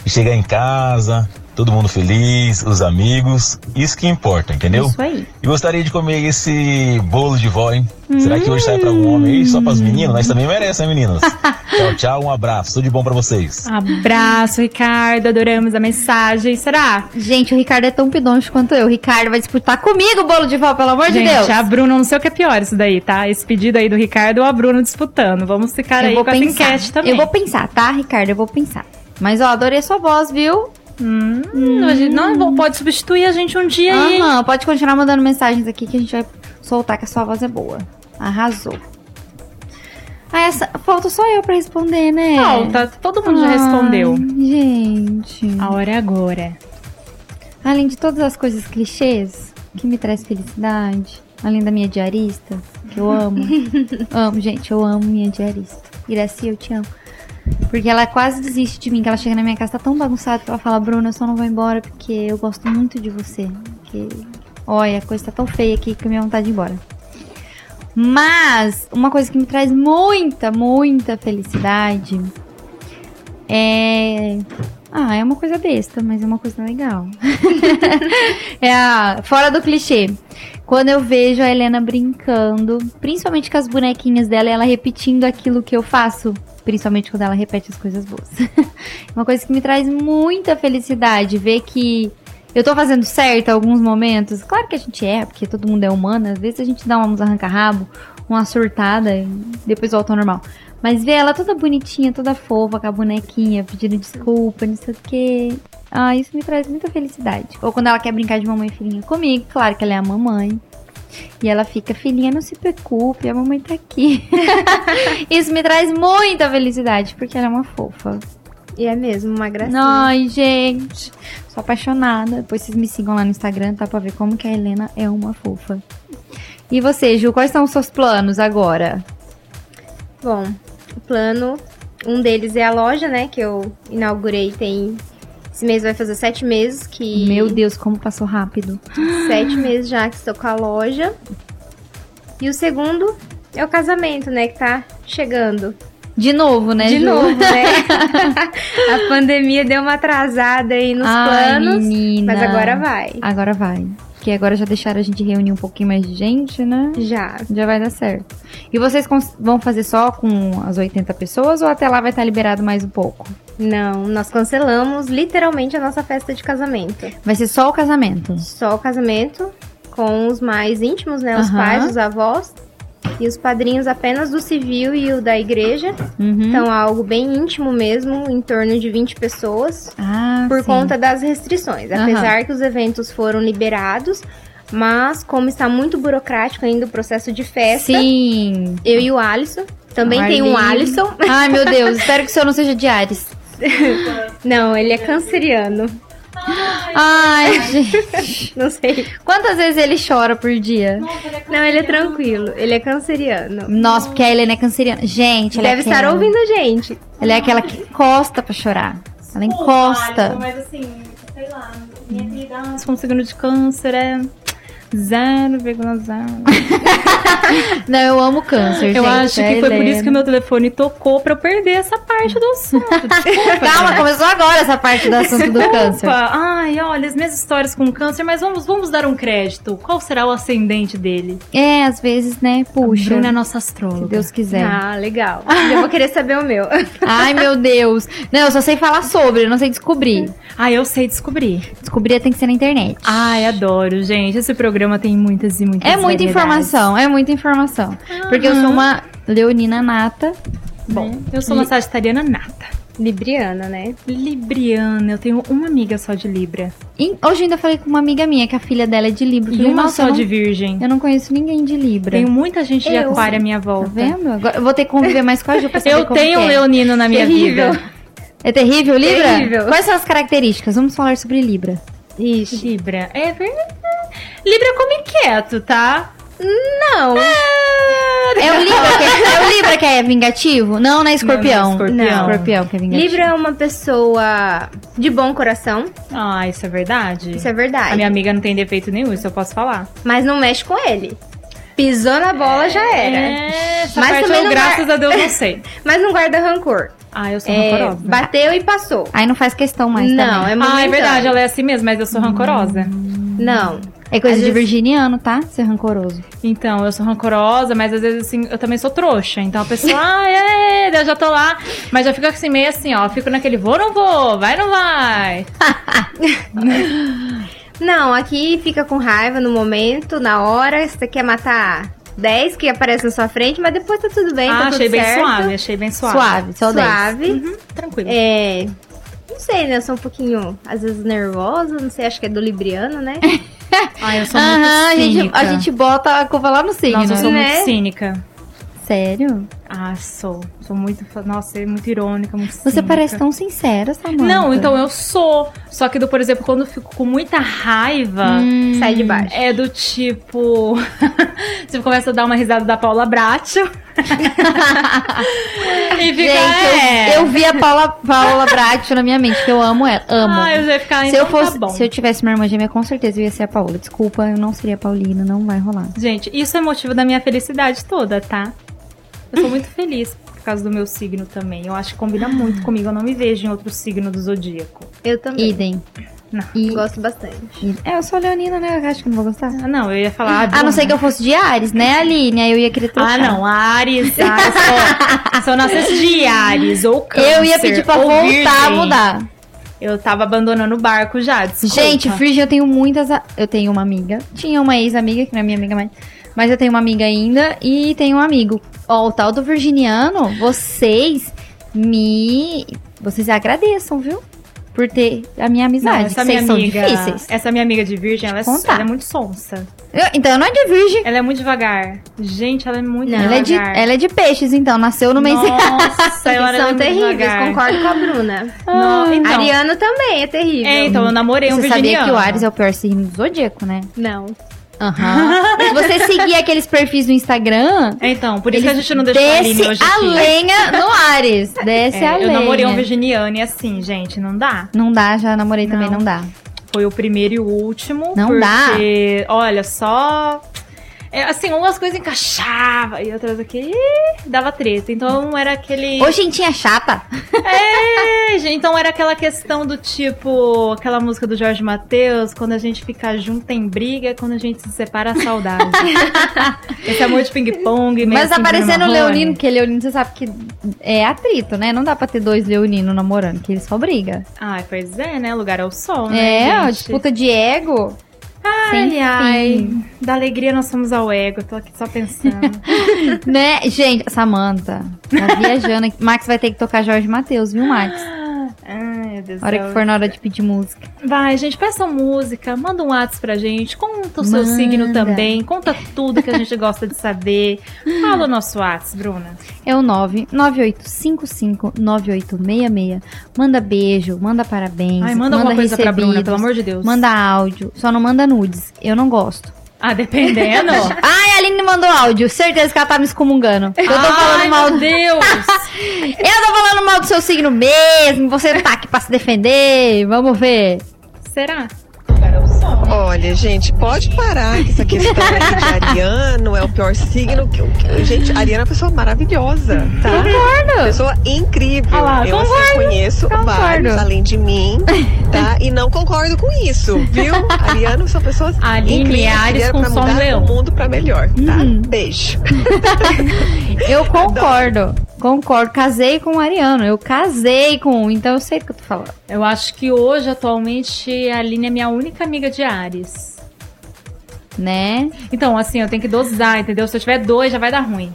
E chegar em casa, todo mundo feliz, os amigos, isso que importa, entendeu? Isso aí. E gostaria de comer esse bolo de vó, hein? Será que hoje sai pra um homem aí? Só pras meninas? Nós também merecemos, né, meninas? tchau, tchau, um abraço. Tudo de bom pra vocês. Abraço, Ricardo, adoramos a mensagem. Será? Gente, o Ricardo é tão pidoncho quanto eu. O Ricardo vai disputar comigo o bolo de vó, pelo amor gente, de Deus. a Bruna, não sei o que é pior isso daí, tá? Esse pedido aí do Ricardo ou a Bruna disputando. Vamos ficar aí com essa enquete também. Eu vou pensar, tá, Ricardo? Eu vou pensar. Mas ó, adorei sua voz, viu? Hum, a gente não vou- pode substituir a gente um dia aí. hein? Aham, pode continuar mandando mensagens aqui que a gente vai soltar que a sua voz é boa. Arrasou. Ah, essa. Falta só eu pra responder, é. né? Falta, todo mundo já Ai, respondeu. Gente. Ah. A hora é agora. Além de todas as coisas clichês que me traz felicidade, Além da minha diarista, que eu amo. amo, gente, eu amo minha diarista. Iraci, eu te amo. Porque ela quase desiste de mim, que ela chega na minha casa, tá tão bagunçada que ela fala, Bruna, eu só não vou embora porque eu gosto muito de você. Porque, olha, a coisa tá tão feia aqui que eu minha vontade de ir embora. Mas, uma coisa que me traz muita, muita felicidade é. Ah, é uma coisa besta, mas é uma coisa legal. [LAUGHS] é a... Fora do clichê. Quando eu vejo a Helena brincando, principalmente com as bonequinhas dela, e ela repetindo aquilo que eu faço, principalmente quando ela repete as coisas boas. [LAUGHS] É uma coisa que me traz muita felicidade ver que eu tô fazendo certo em alguns momentos. Claro que a gente é, porque todo mundo é humano. Às vezes a gente dá uns arranca-rabo, uma surtada e depois volta ao normal. Mas ver ela toda bonitinha, toda fofa, com a bonequinha, pedindo desculpa, não sei o quê. Ah, isso me traz muita felicidade. Ou quando ela quer brincar de mamãe e filhinha comigo, claro que ela é a mamãe. E ela fica, filhinha, não se preocupe, a mamãe tá aqui. [LAUGHS] isso me traz muita felicidade, porque ela é uma fofa. E é mesmo uma gracinha. Ai, gente. Sou apaixonada. Depois vocês me sigam lá no Instagram, tá? Pra ver como que a Helena é uma fofa. E você, Ju, quais são os seus planos agora? Bom, o plano, um deles é a loja, né? Que eu inaugurei tem. Esse mês vai fazer sete meses que. Meu Deus, como passou rápido. Sete meses já que estou com a loja. E o segundo é o casamento, né? Que tá chegando. De novo, né, De Ju? novo, [LAUGHS] né? a pandemia deu uma atrasada aí nos Ai, planos. menina. Mas agora vai. Agora vai. Porque agora já deixaram a gente reunir um pouquinho mais de gente, né? Já. Já vai dar certo. E vocês cons- vão fazer só com as 80 pessoas ou até lá vai estar liberado mais um pouco? Não, nós cancelamos literalmente a nossa festa de casamento. Vai ser só o casamento? Só o casamento com os mais íntimos, né? Os Aham. pais, os avós. E os padrinhos apenas do civil e o da igreja. Uhum. Então, algo bem íntimo mesmo, em torno de 20 pessoas. ah, Por sim. conta das restrições. Aham. Apesar que os eventos foram liberados, mas como está muito burocrático ainda o processo de festa, Sim. eu e o Alisson. Também tem um Arlene. Alisson. Ai, meu Deus, espero que o seu não seja de Ares. Não, ele é canceriano. Ai, gente. Não sei. Quantas vezes ele chora por dia? Não, ele é tranquilo. Ele é canceriano. Nossa, porque a Helena é canceriana. Gente, ela é Deve aquela- estar ouvindo a gente. Ela é aquela que encosta pra chorar. Tá Ela encosta. Mas assim, sei lá, minha vida. Se for um signo de câncer é 0,0. Não, eu amo câncer, gente. Eu acho é que foi por Helena. isso que meu telefone tocou pra eu perder essa parte do [LAUGHS] assunto. Calma, começou agora essa parte do assunto do câncer. Opa, ai, olha, as minhas histórias com câncer, mas vamos, vamos dar um crédito. Qual será o ascendente dele? É, às vezes, né? Puxa. Bruna é nossa Se astróloga. Deus quiser. Ah, legal. Eu vou querer saber o meu. [LAUGHS] Ai, meu Deus. Não, eu só sei falar sobre, eu não sei descobrir. Ah, eu sei descobrir. Descobrir tem que ser na internet. Ai, adoro, gente. Esse programa tem muitas e muitas É muita variedades. informação, é muita informação. Porque eu sou uma leonina nata. Bom, eu sou uma sagitariana nata. Libriana, né? Libriana, eu tenho uma amiga só de Libra. E hoje ainda falei com uma amiga minha que a filha dela é de Libra. Eu E falei, uma "Nossa, só eu não- de Virgem. Eu não conheço ninguém de Libra. Tenho muita gente de Eu. aquário à minha Tá volta. vendo? Agora eu vou ter que conviver mais com a Ju pra saber Eu como tenho que um é. leonino na minha Terrível. vida. É terrível, Libra? Terrível. Quais são as características? Vamos falar sobre Libra. Ixi. Libra. É verdade. Libra come quieto, tá? Não. Ah, É o Libra que [LAUGHS] é, é o Libra que é vingativo? Não, né? Escorpião. Não, não é escorpião. escorpião que é vingativo. Libra é uma pessoa de bom coração. Ah, isso é verdade? Isso é A verdade. minha amiga não tem defeito nenhum, isso eu posso falar. Mas não mexe com ele. Pisou na bola, já era. É, essa Mas parte também eu, não graças vai- a Deus, [LAUGHS] não sei. Mas não guarda rancor. Ah, eu sou É, rancorosa. bateu e passou. Aí não faz questão mais não, também. é Ah, momentâneo. é verdade, ela é assim mesmo, mas eu Hum. sou rancorosa. Não. É coisa Às de vezes- virginiano, tá? Ser rancoroso. Então, eu sou rancorosa, mas às vezes assim, eu também sou trouxa. Então a pessoa, [LAUGHS] ah, é, eu já tô lá. Mas já fico assim, meio assim, ó. Fico naquele vou, não vou, vai, não vai. Tá Não, aqui fica com raiva no momento, na hora. Você quer matar 10 que aparecem na sua frente, mas depois tá tudo bem, ah, tá tudo achei bem certo. suave, achei bem suave. Suave, só 10. Suave. Tranquilo. É. Não sei, né? Eu sou um pouquinho, às vezes, nervosa. Não sei, acho que é do Libriano, [LAUGHS] né? Ah, eu sou Aham, a muito gente, cínica. a gente bota a curva lá no signo. Nossa, eu sou né? muito cínica. Sério? Ah, sou. Sou muito. fa- Nossa, é muito irônica, muito Você cínica. parece tão sincera, Samanta. Não, então eu sou. Só que, do, por exemplo, quando eu fico com muita raiva, Hum. Sai de baixo. é do tipo. [LAUGHS] tipo, começa a dar uma risada da Paula Bracho. [LAUGHS] e Gente, fica. é. eu, eu vi a Paula, Paula Bracho na minha mente, que eu amo ela. Amo. Ah, eu já ia ficar se então eu fosse, tá bom. se eu tivesse uma irmã gêmea, com certeza eu ia ser a Paula. Desculpa, eu não seria a Paulina, não vai rolar. Gente, isso é motivo da minha felicidade toda, tá? Eu sou muito feliz por causa do meu signo também. Eu acho que combina Ah. muito comigo. Eu não me vejo em outro signo do zodíaco. Eu também. Idem. Não. E- Gosto bastante. e- É, eu sou leonina, né? Eu acho que não vou gostar. Ah, não, eu ia falar. A não ser que eu fosse de Ares, né, Aline? Aí eu ia querer Ah, trocar. não, Ares. Ares [LAUGHS] só, só nascesse de Ares ou câncer. Eu ia pedir pra ou voltar a virgem. mudar. Eu tava abandonando o barco já, desculpa. Gente, Virgem, eu tenho muitas. a- Eu tenho uma amiga. Tinha uma ex-amiga, que não é minha amiga mais. Mas eu tenho uma amiga ainda e tenho um amigo. Ó, o tal do virginiano, vocês me. Vocês agradeçam, viu? Por ter a minha Não, amizade. essa minha vocês são amiga, difíceis. essa minha amiga de virgem, ela é, Contar. ela é muito sonsa. Eu- então não é de virgem. Ela é muito devagar. Gente, ela é muito ela, é de, devagar. ela é de peixes, então. Nasceu no mês. [LAUGHS] Nossa, ela é São muito terríveis, devagar. concordo com a Bruna. Não, então, Ariano também é terrível. É, então, eu namorei um Você sabia virginiano. que o Ares é o pior signo do zodíaco, né? Não. Aham. Se [LAUGHS] você seguir aqueles perfis no Instagram, É, Então, por isso que a Eles gente não deixou a Aline Desce hoje a aqui. lenha no Ares. Desce [LAUGHS] É, a lenha. eu namorei um virginiano e assim, gente, não dá. Não dá, já namorei também, Não. não dá. Foi o primeiro e o último. Não dá. porque, Olha, só... é, assim, umas coisas encaixavam e outras aqui ih, dava treta. Então era aquele... Ô, gentinha chata. É, gente, então era aquela questão do tipo... Aquela música do Jorge Matheus. Quando a gente fica junto tem briga. é Quando a gente se separa, a [LAUGHS] saudade. Esse amor de ping-pong. meio Mas assim, aparecendo o Bruno Marrone. Leonino, porque Leonino você sabe que é atrito, né? Não dá pra ter dois Leonino namorando, que eles só brigam. Ai, pois é, né? Lugar ao sol, né, É, ó, gente? disputa de ego. Ai, Sem ai, da alegria nós somos ao ego. Eu tô aqui só pensando. [LAUGHS] Né? Gente, Samanta, tá viajando aqui. Max vai ter que tocar Jorge Matheus, viu, Max? ai, meu Deus A hora do que céu. for na hora de pedir música. Vai, gente, peça música, manda um WhatsApp pra gente, conta o seu Manda. signo também, conta tudo que a gente gosta de saber. Fala o nosso WhatsApp, Bruna. É o 998559866. Manda beijo, manda parabéns. Ai, manda, alguma coisa pra Bruna, pelo recebidos. amor de Deus. Manda áudio, só não manda nudes. Eu não gosto. Ah, [LAUGHS] dependendo. Ai, a Aline mandou áudio. Certeza que ela tá me excomungando. Eu tô Ai, falando mal. meu Deus. Eu tô falando mal do seu signo mesmo. Você tá aqui pra se defender. Vamos ver. Será? Olha, gente, pode parar com essa questão aí de Ariano é o pior signo. Que, que- gente, Ariano é uma pessoa maravilhosa, tá? Pessoa incrível. Ah lá, eu assim, conheço vários além de mim, tá? E não concordo com isso, viu? Ariano são pessoas Aline incríveis que Ares vieram com pra som mudar leão. o mundo pra melhor, tá? Uhum. Beijo. Eu concordo. Concordo. Casei com o Ariano. Eu casei com um, então eu sei do que eu tô falando. Eu acho que hoje, atualmente, a Aline é minha única amiga de Ares. Né? Então, assim, eu tenho que dosar, entendeu? Se eu tiver dois, já vai dar ruim.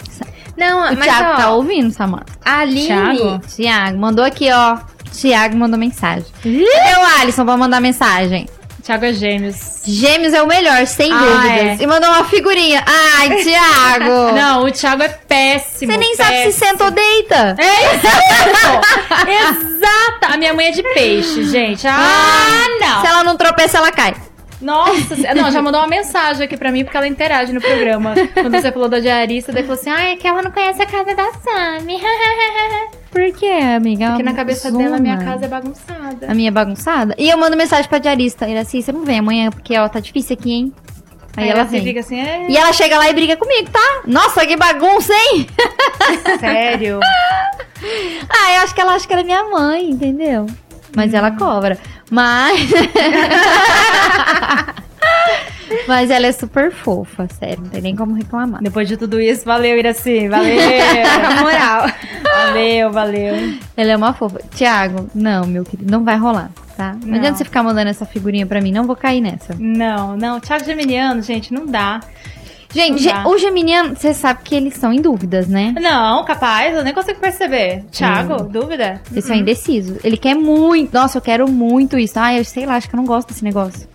Não, O mas Thiago ó, tá ouvindo, Samanta? a Aline... Thiago? Thiago, mandou aqui, ó. Thiago mandou mensagem. Cadê o Alisson pra mandar mensagem? Thiago é gêmeos. Gêmeos é o melhor, sem Ah, dúvidas. é. E mandou uma figurinha. Ai, [LAUGHS] Thiago! Não, o Thiago é péssimo. Oh. Você nem sabe se péssimo. senta ou deita. É exato! [LAUGHS] Exata! A minha mãe é de peixe, gente. Ah, não! Se ela não tropeça, ela cai. Nossa, se- não, já mandou uma mensagem aqui pra mim porque ela interage no programa. Quando você falou da diarista, daí falou assim: ah, é que ela não conhece a casa da Sami. [LAUGHS] Por quê, amiga? Porque na cabeça dela, minha casa é bagunçada. A minha é bagunçada. E eu mando mensagem pra diarista. Ele assim, você não vem amanhã porque ó, tá difícil aqui, hein? Aí, ela se vem. fica assim: [LAUGHS] é E ela chega lá e briga comigo, tá? Nossa, que bagunça, hein? sério. Ah, eu acho que ela acha que ela é minha mãe, entendeu? Mas ela Hum. cobra. [LAUGHS] Mas. Mas ela é super fofa, sério. Não tem nem como reclamar. Depois de tudo isso, valeu, Iraci. Valeu. Na moral. Valeu, valeu. Ela é uma fofa. Tiago, não, meu querido, não vai rolar, tá? Não, Não. adianta você ficar mandando essa figurinha pra mim, não vou cair nessa. Não, não, Thiago Geminiano, gente, não dá. Gente, Não ge- dá. o Geminiano, você sabe que eles são em dúvidas, né? Não, capaz, eu nem consigo perceber. Thiago, dúvida? Eles são indecisos. Ele quer muito. Nossa, eu quero muito isso. Ah, eu sei lá, acho que eu não gosto desse negócio.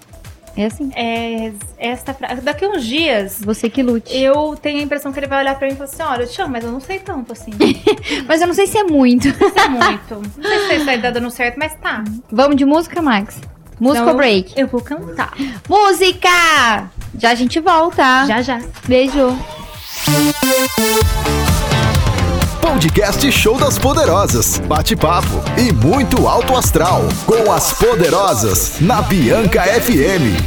É assim. É, esta fra- Daqui uns dias, Você que lute. eu tenho a impressão que ele vai olhar pra mim e falar assim: olha, eu te amo, mas eu não sei tanto assim. Não Mas eu não sei se é muito. sei muito. Não sei se isso aí tá dando certo, mas tá. Vamos de música, Max? Música Então, break. Eu vou cantar. Música! Já a gente volta. Já, já. Beijo. Podcast Show das Poderosas. Bate-papo e muito alto astral. Com as Poderosas, na Bianca FM.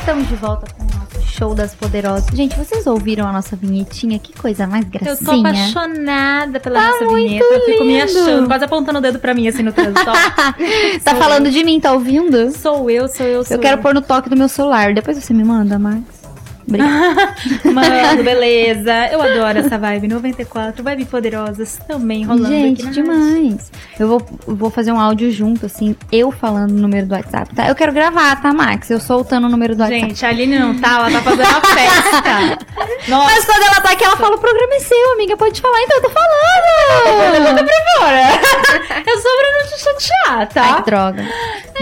Estamos de volta com o nosso show das poderosas. Gente, vocês ouviram a nossa vinhetinha? Que coisa mais Eu tô gracinha. apaixonada pela nossa vinheta. Eu fico me Tá lindo. achando, quase apontando o dedo pra mim, assim, no transitor. [LAUGHS] tá falando de mim, tá ouvindo? Sou eu, sou eu, sou Eu quero pôr no toque do meu celular. Depois você me manda, Max. Obrigada. Mano, beleza. Eu adoro essa vibe 94. Vibe Poderosas também rolando aqui Gente, na rádio. demais. Eu vou, eu vou fazer um áudio junto, assim, eu falando o número do WhatsApp, tá? Eu quero gravar, tá, Max? Eu soltando o número do WhatsApp. Gente, a Aline não tá, ela tá fazendo uma festa. Nossa, [LAUGHS] Mas quando ela tá aqui, ela fala, o programa é seu, amiga, pode falar, então eu tô falando! eu sou Bruna de chatear, Ai, que tá? droga.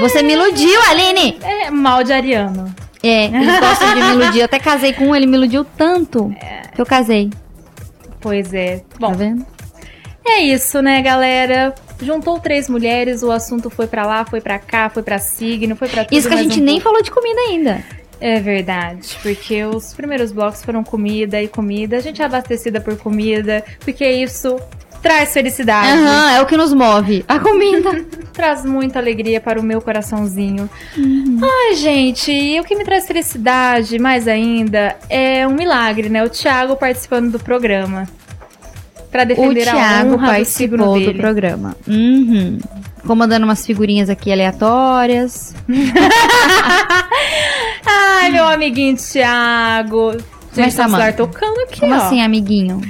Você me iludiu, Aline! É mal de Ariano. É, eles gostam de me iludir. Eu até casei com um, ele me iludiu tanto que eu casei. Pois é. tá Bom, vendo? é isso, né, galera? Juntou três mulheres, o assunto foi pra lá, foi pra cá, foi pra signo, foi pra tudo. Isso que a mais gente um nem falou de comida ainda. É verdade, porque os primeiros blocos foram comida e comida. A gente é abastecida por comida, porque isso traz felicidade, Aham, é o que nos move. A comida. [LAUGHS] traz muita alegria para o meu coraçãozinho. Uhum. Ai, gente, e o que me traz felicidade mais ainda é um milagre, né? O Thiago participando do programa. Pra o defender a Thiago honra do signo participou do, dele. programa. Uhum. Vou mandando umas figurinhas aqui aleatórias. Ai, meu amiguinho Thiago. é Gente, tá o Samanta? celular tocando aqui, Como ó. assim, amiguinho?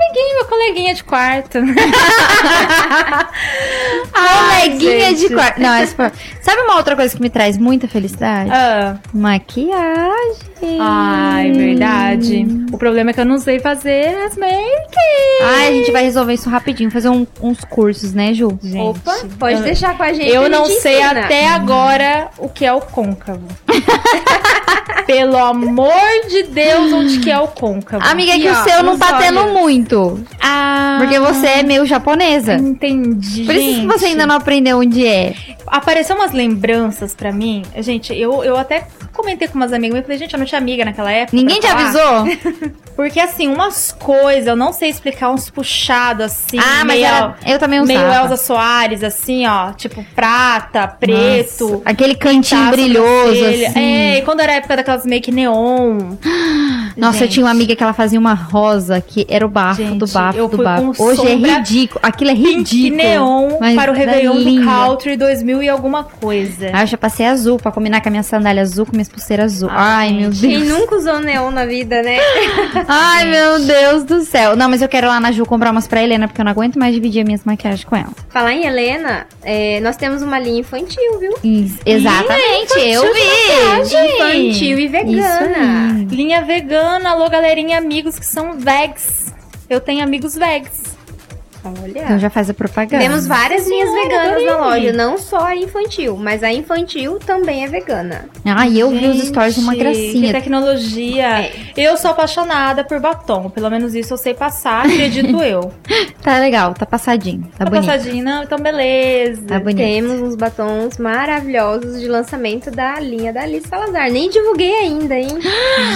Amiguinho, meu coleguinha de quarto. né? Coleguinha de Ah, gente. quarto. Não, essa foi... Sabe uma outra coisa que me traz muita felicidade? Ah. Maquiagem. Hum. Ai, verdade. O problema é que eu não sei fazer as make. Ai, a gente vai resolver isso rapidinho, fazer um- uns cursos, né, Ju? Gente, Opa, pode eu- deixar com a gente. que Eu a não gente sei né? ensina. Hum. até agora o que é o côncavo. [LAUGHS] Pelo amor de Deus, onde que é o côncavo? Amiga, é que Aqui, o ó, seu não nos tá tendo olhos. muito. Ah, Porque você é meio japonesa. entendi. Por isso que você ainda não aprendeu onde é. Apareceu umas lembranças pra mim. Gente, eu, eu até comentei com umas amigas. Eu falei, gente, eu não tinha amiga naquela época. tá? Ninguém te pra falar. avisou? Porque, assim, umas coisas, eu não sei explicar, uns puxados, assim. ah, mas meio- era- eu também Meio usava. Elza Soares, assim, ó. Tipo, prata, preto. Nossa, aquele cantinho tá, brilhoso, sobrancelha. assim. É, e quando era a época daquelas make neon. Nossa, eu Gente, tinha uma amiga que ela fazia uma rosa que era o bafo Gente, do bafo eu do fui bafo. com Hoje é sombra ridículo. Aquilo é Pink ridículo. neon mas para o era Réveillon do linda. Country 2000 e alguma coisa. Ah, eu já passei azul pra combinar com a minha sandália azul, com minhas pulseiras azul. Ai, meu Quem Deus. nunca usou neon na vida, né? Ai, meu Deus do céu. Não, mas eu quero lá na Ju comprar umas pra Helena, porque eu não aguento mais dividir as minhas maquiagens com ela. Falar em Helena, é, nós temos uma linha infantil, viu? Isso, exatamente, Ah, eu É, vi. Infantil e vegana. Linha vegana, alô galerinha, amigos que são vegs. Eu tenho amigos vegs. Olha. Então já faz a propaganda. Temos várias linhas veganas adorei. na loja, não só a infantil, mas a infantil também é vegana. Ai, eu vi os Gente, stories uma Que gracinha. É. tecnologia. Eu sou apaixonada por batom. Pelo menos isso eu sei passar, acredito eu. Tá legal, tá passadinho, [LAUGHS] tá, Tá bonito. passadinho, não? Então beleza. Tá bonito. Temos uns batons maravilhosos de lançamento da linha da Alice Salazar. Nem divulguei ainda, [GASPS] hein?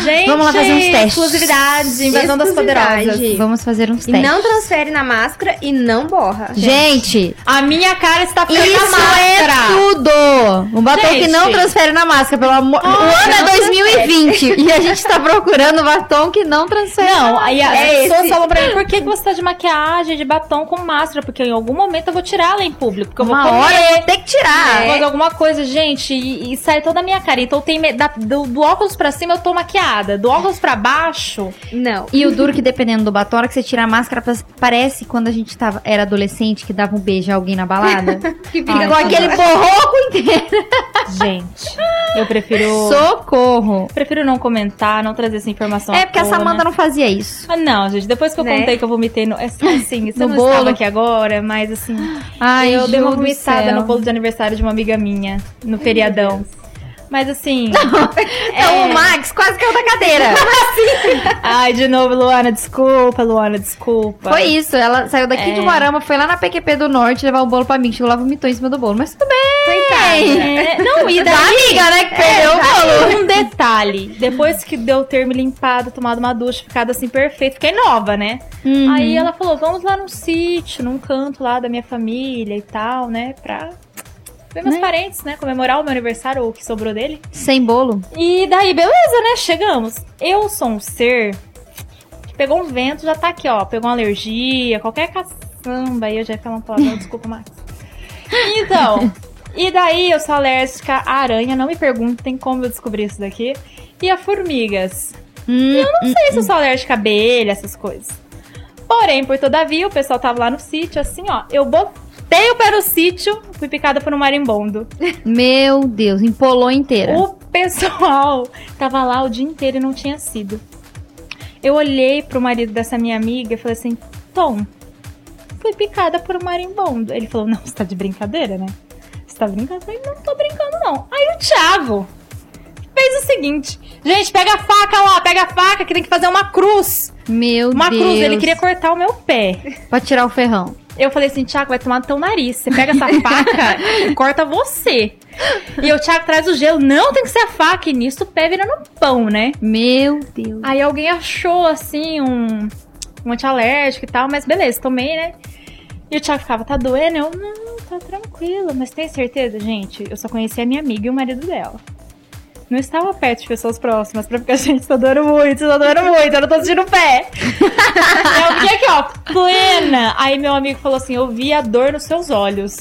Gente, Vamos lá fazer uns testes. Exclusividade, invasão das Exclusividade. poderosas. Vamos fazer uns E testes. não transfere na máscara e não borra. Gente, A minha cara está feita na isso é máscara. tudo! Um batom que não Gente. transfere na máscara, pelo amor. o ano é 2020 e a gente tá procurando batom que não transfere. Não, aí as É pessoas esse. falam pra mim, por que, que você tá de maquiagem, de batom com máscara? Porque em algum momento eu vou tirar ela em público. Porque eu vou Uma comer, É. hora é. eu vou ter que tirar. vou fazer alguma coisa, gente, e, e sai toda a minha cara. Então tem me- da- do, do óculos pra cima eu tô maquiada. Do óculos pra baixo. [LAUGHS] Não. E o duro é que dependendo do batom, a hora que você tira a máscara, pa- parece quando a gente tava, era adolescente que dava um beijo a alguém [LAUGHS] na balada. Que Ficou fica tudo- aquele borroco inteiro. Gente, eu prefiro. Socorro! Prefiro não comentar, não trazer essa informação. É porque a Samanta não. não fazia isso. Ah, não, gente, depois que eu Né? contei que eu vomitei no. Assim, isso No eu não bolo. estava aqui agora, mas assim. Ai, eu dei uma Ju do vomitada céu. no bolo de aniversário de uma amiga minha, no feriadão. Mas [LAUGHS] assim. É. Então o Max quase caiu da [LAUGHS] cadeira. Ai, de novo, Luana, desculpa, Luana, desculpa. Foi isso, ela saiu daqui É. de Moarama, foi lá na PQP do Norte levar o bolo pra mim, chegou lá e vomitou em cima do bolo, mas tudo bem. É, não, e Da daí. amiga, né, que perdeu o bolo. Um detalhe, depois que deu ter me limpado, tomado uma ducha, ficado assim perfeito, fiquei nova, né? Aí ela falou: vamos lá num sítio, num canto lá da minha família e tal, né? Pra ver meus Né? parentes, né? Comemorar o meu aniversário ou o que sobrou dele. Sem bolo. E daí, beleza, né? Chegamos. Eu sou um ser que pegou um vento, já tá aqui, ó. Pegou uma alergia, qualquer caçamba. Aí eu já ia falar uma palavra, desculpa, Max. Então, e daí eu sou alérgica à aranha. Não me perguntem como eu descobri isso daqui. E a formigas. Hum, Não sei se eu sou alérgica à abelha, essas coisas. Porém, por todavia, o pessoal tava lá no sítio, assim, ó. Eu botei o pé no sítio, fui picada por um marimbondo. Meu Deus, empolou inteira. O pessoal [LAUGHS] tava lá o dia inteiro e não tinha sido. Eu olhei pro marido dessa minha amiga e falei assim: Tom, fui picada por um marimbondo. Ele falou: Não, você tá de brincadeira, né? Você tá brincando? Eu falei: Não tô brincando, não. Aí o Thiago fez o seguinte: Gente, pega a faca lá, pega a faca que tem que fazer uma cruz. Meu Uma Deus. cruz, ele queria cortar o meu pé. Pra tirar o ferrão. Eu falei assim, Tiago, vai tomar no teu nariz. Você pega essa faca e corta você. E o Tiago traz o gelo. Não tem que ser a faca. E nisso o pé vira no pão, né? Meu Deus. Aí alguém achou, assim, um, um antialérgico e tal. Mas beleza, tomei, né? E o Tiago ficava, tá doendo? Eu, não, tá tranquilo. Mas tem certeza, gente? Eu só conheci a minha amiga e o marido dela. Não estava perto de pessoas próximas pra ficar, [LAUGHS] gente, tá doendo muito, tá doendo muito, eu não tô sentindo o pé. [LAUGHS] Eu fiquei aqui, ó, plena. Aí meu amigo falou assim: eu vi a dor nos seus olhos.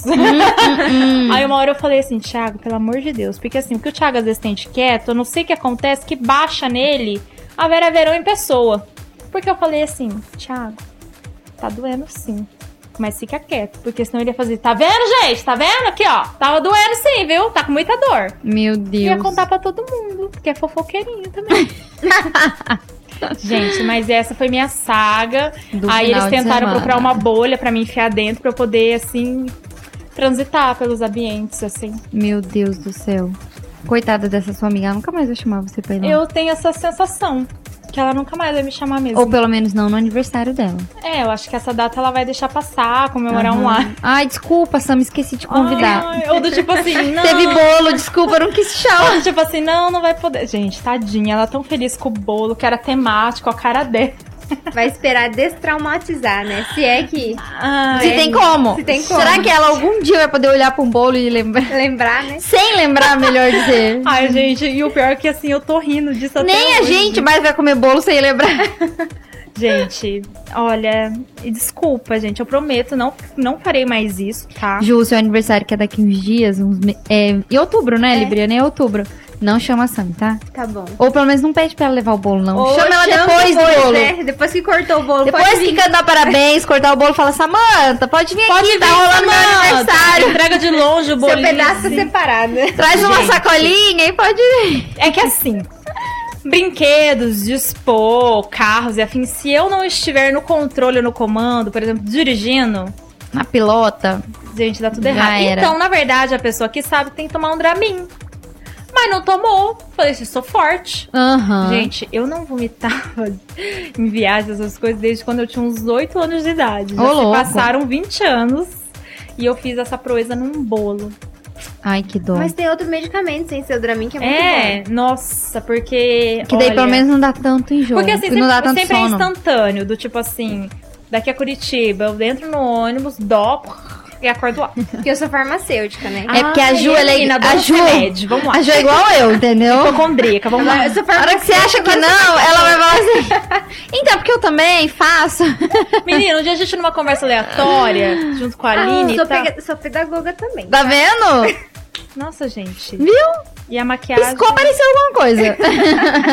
Aí uma hora eu falei assim, Thiago, pelo amor de Deus. Porque assim, o que o Thiago às vezes tem de quieto, eu não sei o que acontece, que baixa nele a Vera é Verão em pessoa. Porque eu falei assim, Thiago, tá doendo sim. Mas fica quieto, porque senão ele ia fazer, tá vendo, gente? Tá vendo? Aqui, ó. Tava doendo sim, viu? Tá com muita dor. Meu E ia Deus. contar pra todo mundo, que é fofoqueirinho [LAUGHS] também. Gente, mas essa foi minha saga. Do Aí final eles de tentaram semana. procurar um- uma bolha pra me enfiar dentro pra eu poder, assim, transitar pelos ambientes, assim. Meu Deus do céu. Coitada dessa sua amiga, ela nunca mais vai chamar você pra ir lá. Eu tenho essa sensação. Que ela nunca mais vai me chamar mesmo. Ou pelo menos não no aniversário dela. É, eu acho que essa data ela vai deixar passar, comemorar um ar. Ai, desculpa, Sam, esqueci de convidar. Ai, ou do tipo [LAUGHS] assim, não. Teve bolo, desculpa, não quis te chamar. Ou do tipo assim, não, não vai poder. Gente, tadinha, ela é tão feliz com o bolo, que era temático, a cara dela. [LAUGHS] Vai esperar destraumatizar, né? Se é que Ai, Se é. tem como. Se tem como. Será que ela algum dia vai poder olhar pra um bolo e lembrar? lembrar, né? Sem lembrar, melhor dizer. Ai, gente, e o pior é que assim, eu [LAUGHS] tô rindo disso até Nem a hoje. né? gente mais vai comer bolo sem lembrar. Gente, olha, e desculpa, gente, eu prometo, não, não farei mais isso, tá? Ju, seu aniversário que é daqui uns dias, uns me... é, em outubro, né, Libriana? É outubro. Não chama a Sam, tá? Tá bom. Ou pelo menos não pede pra ela levar o bolo, não. Ou chama ela chama depois, do bolo. né? Depois que cortou o bolo, Depois pode que vir. cantar parabéns, cortar o bolo, fala, Samanta, pode vir aqui, tá rolando meu Samanta, aniversário. Entrega de longe o Seu bolinho. pedaço tá assim. separado. Traz uma sacolinha e pode vir. É que assim, brinquedos, dispor, carros e afim, se eu não estiver no controle ou no comando, por exemplo, dirigindo, Na pilota. gente, dá tudo Já errado. era. Então, na verdade, a pessoa que sabe tem que tomar um Dramin. Mas não tomou. Falei assim, sou forte. Aham. Gente, eu não vomitava [LAUGHS] em viagens, essas coisas, desde quando eu tinha uns 8 anos de idade. Já Ô, se louco. passaram 20 anos e eu fiz essa proeza num bolo. Ai, que dó. Mas tem outro medicamento sem seu Dramin que é muito é, bom. nossa, porque. que daí olha, pelo menos não dá tanto enjoo. Porque assim, não dá sempre, tanto sempre é sono. instantâneo, do tipo assim, daqui a Curitiba, eu entro no ônibus, dó e acordo lá. Porque eu sou farmacêutica, né? É porque a Ju, Ai, ela é- menina, a dona Ju- Semed, vamos lá. A Ju é igual eu, entendeu? Hipocondríaca, vamos lá. Agora, eu sou A hora que você farmacêutica, acha que agora eu sou não, ela vai falar assim. [LAUGHS] Então, porque eu também faço. [LAUGHS] Menina, um dia a gente numa conversa aleatória, junto com a Aline. Ah, sou, tá... pega- sou pedagoga também. Tá vendo? Nossa, gente. Viu? E a maquiagem. Piscou, apareceu alguma coisa.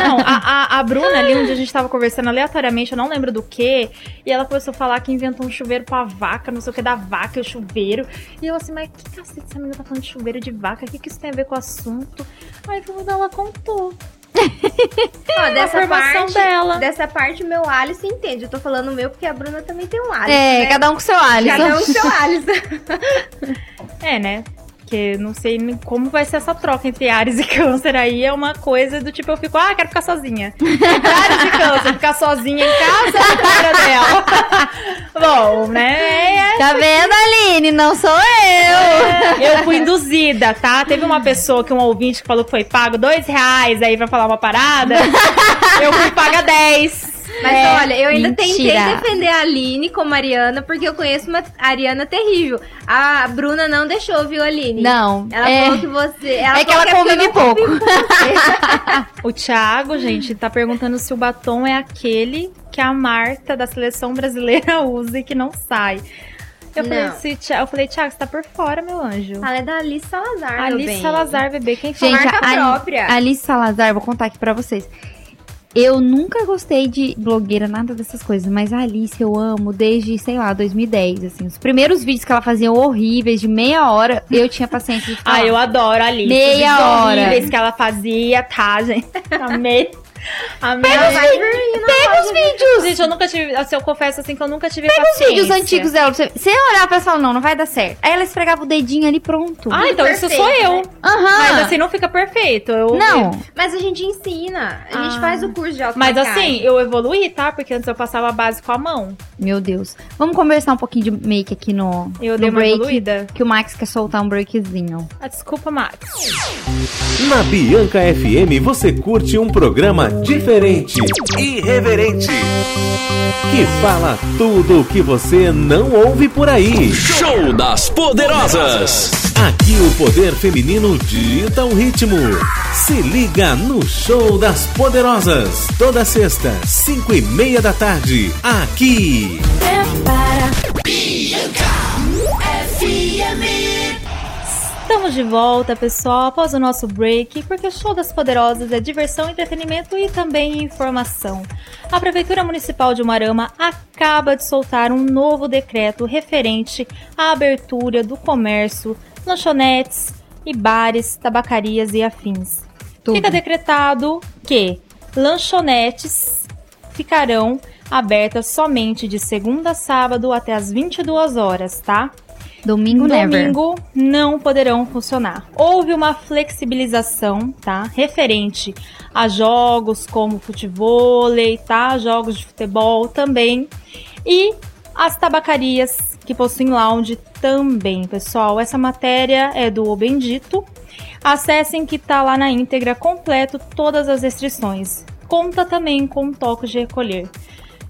Não, a, a, a Bruna ali, onde a gente tava conversando aleatoriamente, eu não lembro do que, e ela começou a falar que inventou um chuveiro pra vaca, não sei o que da vaca, e o chuveiro. E eu assim, mas que cacete essa menina tá falando de chuveiro de vaca? O que, que isso tem a ver com o assunto? Aí foi quando ela contou. Ó, dessa formação parte, dela. dessa parte, meu Alice entende. Eu tô falando o meu porque a Bruna também tem um Alice. É, [LAUGHS] né? cada um com seu Alisson. Cada um seu Alice. É, né? Porque não sei nem como vai ser essa troca entre Ares e Câncer aí. É uma coisa do tipo, eu fico, ah, quero ficar sozinha. Ares e Câncer, ficar sozinha em casa é a cara dela. [LAUGHS] Bom, né? [LAUGHS] Tá vendo, Aline? Não sou eu! Eu fui induzida, tá? Teve uma pessoa que um ouvinte que falou que foi pago dois reais aí pra falar uma parada. eu fui paga 10. Mas É, olha, eu ainda tentei mentira. defender a Aline como Ariana, porque eu conheço uma Ariana terrível. A Bruna não deixou, viu, Aline? Não, Ela é, falou que você. Ela é que falou ela é porque eu convive não pouco. O Thiago, gente, tá perguntando se o batom é aquele que a Marta da seleção brasileira [LAUGHS] usa e que não sai. Eu falei, Não. assim, Thi- eu falei, Thiago, você tá por fora, meu anjo. Ela é da Alice Salazar. meu Alice bem. Salazar, bebê, quem Uma foi? Gente, marca a Ali- própria. Alice Salazar, vou contar aqui pra vocês. Eu nunca gostei de blogueira, nada dessas coisas, mas a Alice eu amo desde, sei lá, 2010, assim. Os primeiros vídeos que ela fazia horríveis, de meia hora, eu tinha paciência de [LAUGHS] ficar Ah, lá. eu adoro a Alice. Meia Os hora. horríveis que ela fazia, tá, [LAUGHS] gente? Amei. Amei. Ela vai vir, não Pega os vídeos! Gente, eu nunca tive. Assim, eu confesso assim que eu nunca tive Pega os paciência. vídeos antigos dela. pra Você, você olhar pra ela e falar, assim, não, não vai dar certo. Aí ela esfregava o dedinho ali, pronto. Ah, então isso sou Perfeito, eu. né? Aham. Mas assim, não fica perfeito. Eu- não. Mas a gente ensina. A gente Ah. faz o curso de Mas automacar. assim, eu evoluí, tá? Porque antes eu passava a base com a mão. Meu Deus. Vamos conversar um pouquinho de make aqui no, Eu no dei uma break. evoluída. Que o Max quer soltar um breakzinho. Ah, desculpa, Max. Na Bianca FM você curte um programa diferente, irreverente, que fala tudo o que você não ouve por aí. Show das Poderosas. Aqui o poder feminino dita o ritmo. Se liga no Show das Poderosas, toda sexta, cinco e meia da tarde, aqui. Estamos de volta, pessoal, após o nosso break, porque o Show das Poderosas é diversão, entretenimento e também informação. A Prefeitura Municipal de Umarama acaba de soltar um novo decreto referente à abertura do comércio, lanchonetes e bares, tabacarias e afins. Tudo. Fica decretado que lanchonetes ficarão abertas somente de segunda a sábado até as 22 horas, tá? Domingo, né, never. domingo não poderão funcionar. Houve uma flexibilização, tá? Referente a jogos como futevôlei, tá? Jogos de futebol também. E as tabacarias que possuem lounge também, pessoal. Essa matéria é do O Bendito. Acessem que tá lá na íntegra completo todas as restrições. Conta também com o toque de recolher.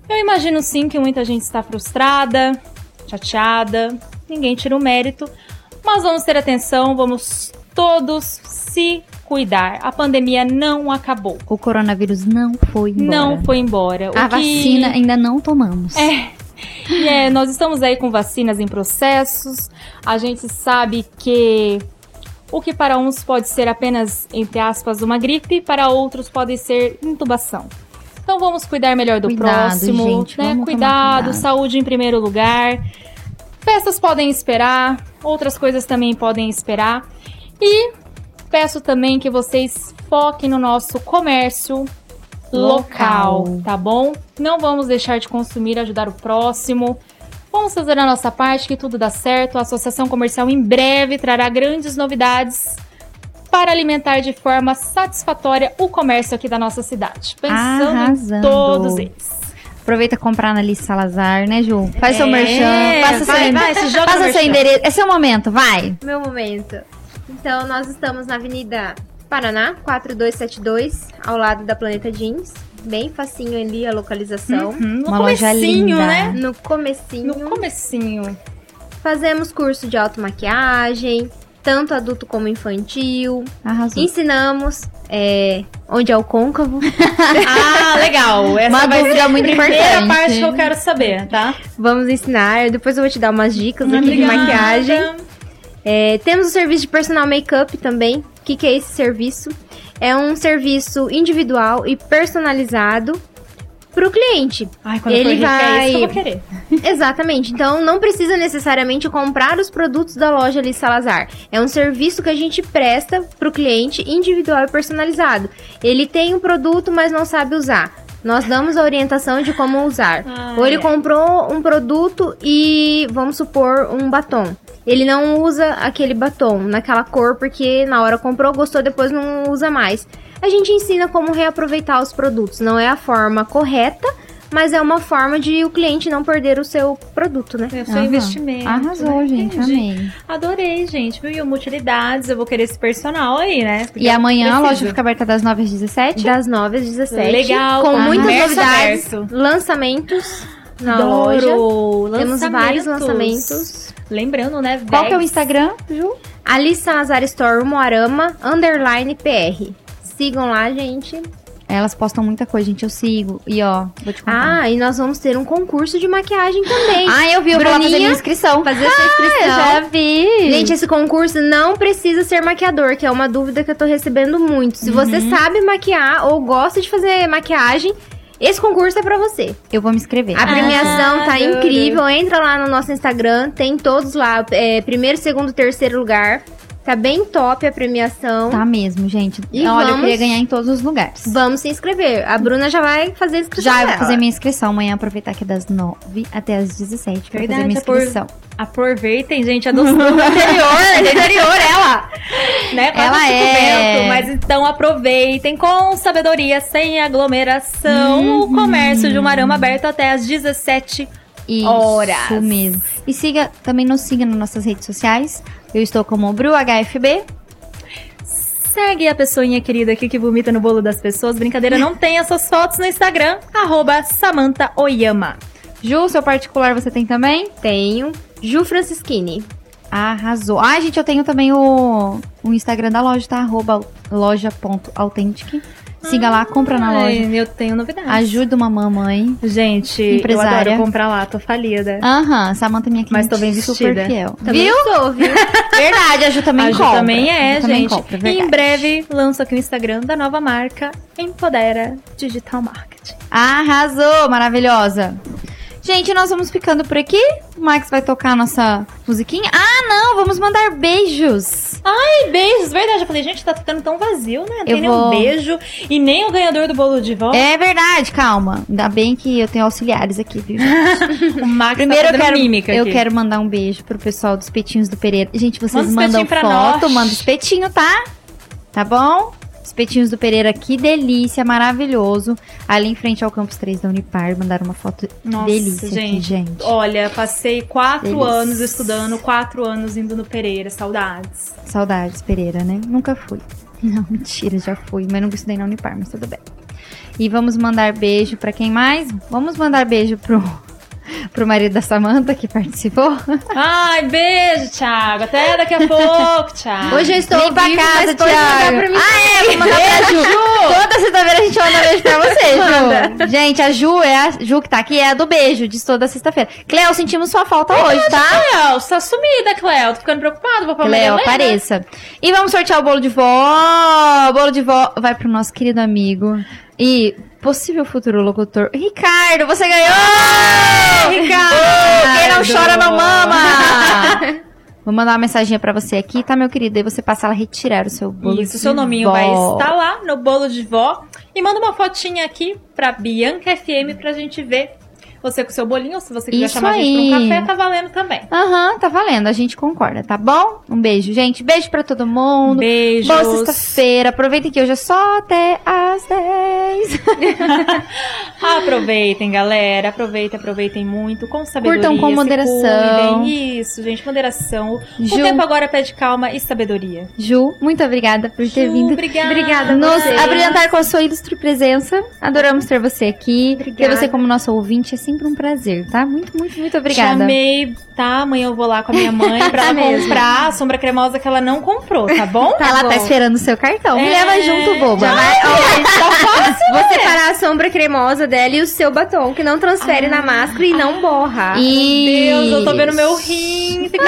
Eu imagino sim que muita gente está frustrada, chateada, ninguém tira o mérito, mas vamos ter atenção, vamos todos se cuidar. A pandemia não acabou. O coronavírus não foi embora. Não foi embora. O A que- vacina ainda não tomamos. É. E, é, nós estamos aí com vacinas em processos. A gente sabe que o que para uns pode ser apenas, entre aspas, uma gripe, para outros pode ser intubação. Então vamos cuidar melhor do Cuidado, próximo, gente, né? vamos tomar Cuidado, cuidado. saúde em primeiro lugar. Festas podem esperar, outras coisas também podem esperar. E peço também que vocês foquem no nosso comércio local, Local. tá bom? Não vamos deixar de consumir, ajudar o próximo. Vamos fazer a nossa parte, que tudo dá certo. A Associação Comercial em breve trará grandes novidades para alimentar de forma satisfatória o comércio aqui da nossa cidade. Pensando em Arrasando. todos eles. Aproveita comprar na Alice Salazar, né, Ju? Faz seu É, merchan, passa vai, seu, vai, endereço. se joga no passa seu merchan. endereço. É seu momento, vai. Meu momento. Então, nós estamos na Avenida Paraná, 4272, ao lado da Planeta Jeans. Bem facinho ali a localização. Hum, no Uma loja comecinho, linda. né? No comecinho, No comecinho. fazemos curso de automaquiagem, tanto adulto como infantil. Arrasou. Ensinamos é, onde é o côncavo. Ah, legal. Essa Uma vai ser dúvida a muito primeira importante. parte que eu quero saber, tá? Vamos ensinar, depois eu vou te dar umas dicas aqui de maquiagem. É, temos o serviço de personal makeup também. O que, que é esse serviço? É um serviço individual e personalizado para o cliente. Ai, quando Ele Ele for rica, é isso que eu vou vai- querer. Exatamente. Então, não precisa necessariamente comprar os produtos da loja Alice Salazar. É um serviço que a gente presta para o cliente individual e personalizado. Ele tem um produto, mas não sabe usar. Nós damos a orientação de como usar. Ah, Ou ele é. comprou um produto e, vamos supor, um batom. Ele não usa aquele batom naquela cor porque na hora comprou, gostou, depois não usa mais. A gente ensina como reaproveitar os produtos. Não é a forma correta, mas é uma forma de o cliente não perder o seu produto, né? É o seu Aham. investimento. Arrasou, né? gente. Entendi. Amei. Adorei, gente. Viu? E o utilidades, eu vou querer esse personal aí, né? Porque E amanhã a loja preciso. fica aberta das 9 às 17? Das 9 às 17. Legal, com tá. muitas Comércio novidades, aberto. lançamentos na Adoro. loja. Lançamentos. Temos vários lançamentos. Lembrando, né? Qual que é o bags. Instagram, Ju? Alice Salazar Store Moarama, underline PR. Sigam lá, gente. Elas postam muita coisa, gente. Eu sigo. E ó, vou te Tá. contar. Ah, e nós vamos ter um concurso de maquiagem também. eu vi. Eu vou lá fazer minha Bruninha, inscrição. fazer essa Ah, eu inscrição. já vi. Gente, esse concurso não precisa ser maquiador, que é uma dúvida que eu tô recebendo muito. Se você Uhum. sabe maquiar ou gosta de fazer maquiagem, esse concurso é pra você. eu vou me inscrever. Ah, A premiação tá adoro. incrível. Entra lá no nosso Instagram, tem todos lá. é, primeiro, segundo, terceiro lugar. Tá bem top a premiação. Tá mesmo, gente. E Olha, eu vamos- queria ganhar em todos os lugares. Vamos se inscrever. A Bruna já vai fazer a inscrição. Já, eu vou dela. fazer minha inscrição. Amanhã aproveitar que é das 9 até as 17 pra Verdade, fazer minha é por- inscrição. Aproveitem, gente, a doção do [LAUGHS] interior, é do interior, ela. Né? Faz Ela um suco é. bento, Mas então aproveitem com sabedoria, sem aglomeração, Uhum. o comércio de uma arama aberto até às 17 Isso Horas. mesmo. E siga, também nos siga nas nossas redes sociais. Eu estou como BruHFB. Segue a pessoinha querida aqui que vomita no bolo das pessoas. Brincadeira, não tem essas fotos no Instagram, arroba Samanta Oyama. Ju, seu particular você tem também? Tenho. Ju Francischini. Arrasou. Ah, gente, eu tenho também o, o Instagram da loja, tá? Arroba loja.authentic. Siga lá, compra na loja. Ai, eu tenho novidades. Ajuda uma mamãe. Gente, Empresária. eu adoro comprar lá, tô falida. Aham, Samanta minha Mas cliente tô bem super vestida. fiel. Também Viu? sou, viu? [LAUGHS] Verdade, a Ju também A Ju compra. também é, A Ju gente. também compra, e em verdade. breve lanço aqui o Instagram da nova marca Empodera Digital Marketing. Arrasou, maravilhosa. Gente, nós vamos ficando por aqui. O Max vai tocar a nossa musiquinha. Ah, não, vamos mandar beijos. E beijos, verdade. Eu falei, gente, tá ficando tão vazio, né? Não tem Eu nenhum vou- beijo e nem o ganhador do bolo de volta. É verdade, calma. Ainda bem que eu tenho auxiliares aqui, viu? [LAUGHS] O Max Primeiro tá eu fazendo quero, mímica eu aqui. quero mandar um beijo pro pessoal dos Petinhos do Pereira. Gente, vocês Manda os mandam petinhos pra foto, nós. manda os petinhos, tá? Tá bom? Os petinhos do Pereira, que delícia, maravilhoso. Ali em frente ao Campus 3 da Unipar, mandaram uma foto Nossa, delícia aqui, gente. gente. Olha, passei quatro Delícia. anos estudando, quatro anos indo no Pereira. Saudades. Saudades, Pereira, né? Nunca fui. [LAUGHS] Não, mentira, já fui, mas nunca estudei na Unipar, mas tudo bem. E vamos mandar beijo pra quem mais? Vamos mandar beijo pro, [LAUGHS] pro marido da Samanta que participou. Ai, beijo, Thiago. Até daqui [LAUGHS] a pouco, Thiago. Hoje eu estou Vem pra vivo, casa, mas pode mandar Thiago. pra mim Ah, é, vou mandar pra Ju. Toda sexta-feira a gente manda beijo pra você, Ju. Gente, a Ju é a Ju que tá aqui, é a do beijo de toda sexta-feira. Cleo, sentimos sua falta hoje, tá? Cléo, você tá sumida, Cléo. Tô ficando preocupada. Vou pra né? Cleo, Madalena. apareça. E vamos sortear o bolo de vó. O bolo de vó vai pro nosso querido amigo e possível futuro locutor. Ricardo, você ganhou! Ah! Ricardo! Quem não chora não [LAUGHS] mama! Vou mandar uma mensaginha pra você aqui, tá, meu querido? E você passa lá retirar o seu bolo. Isso, de seu nominho vó. vai estar lá no bolo de vó. E manda uma fotinha aqui pra Bianca FM pra gente ver. Você com seu bolinho, ou se você quiser Isso chamar a gente pra aí. um café, tá valendo também. Aham, tá valendo, a gente concorda, tá bom? Um beijo, gente. Beijo pra todo mundo. Beijos. Boa sexta-feira. Aproveitem que hoje é só até às 10. Aproveitem, galera. Aproveitem, aproveitem muito. Com sabedoria. Curtam com se moderação. cuidem. Isso, gente, moderação. Ju. O tempo agora pede calma e sabedoria. Ju, muito obrigada por ter Ju, vindo. obrigada. Obrigada Obrigada a a Nos vocês. abrilhantar com a sua ilustre presença. Adoramos ter você aqui. Ter Obrigada. você como nosso ouvinte é sempre um prazer, tá? Muito, muito, muito obrigada. Chamei, tá? Amanhã eu vou lá com a minha [LAUGHS] mãe pra Tá ela mesmo. comprar a sombra cremosa que ela não comprou, tá bom? Tá Ela tá bom. esperando o seu cartão. Me É, leva junto, boba. Já vai. Vou separar a sombra cremosa dela e o seu batom, que não transfere na máscara Ah. e não borra. Deus, eu tô vendo meu Isso. rim. Fica...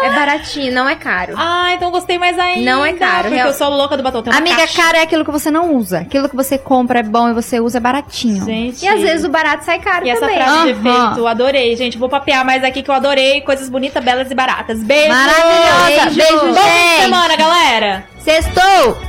É baratinho, não é caro. Ah, então gostei mais ainda. Não é caro, Porque real- eu sou louca do batom. Tem uma Amiga, caixa. cara é aquilo que você não usa. Aquilo que você compra é bom e você usa é baratinho. Gente. E às vezes o barato sai caro E essa também. frase de Aham. efeito, adorei, gente. Vou papear mais aqui que eu adorei. Coisas bonitas, belas e baratas. Beijo! Maravilhosa. Beijo, Beijo, Bom fim de gente. semana, galera! Sextou!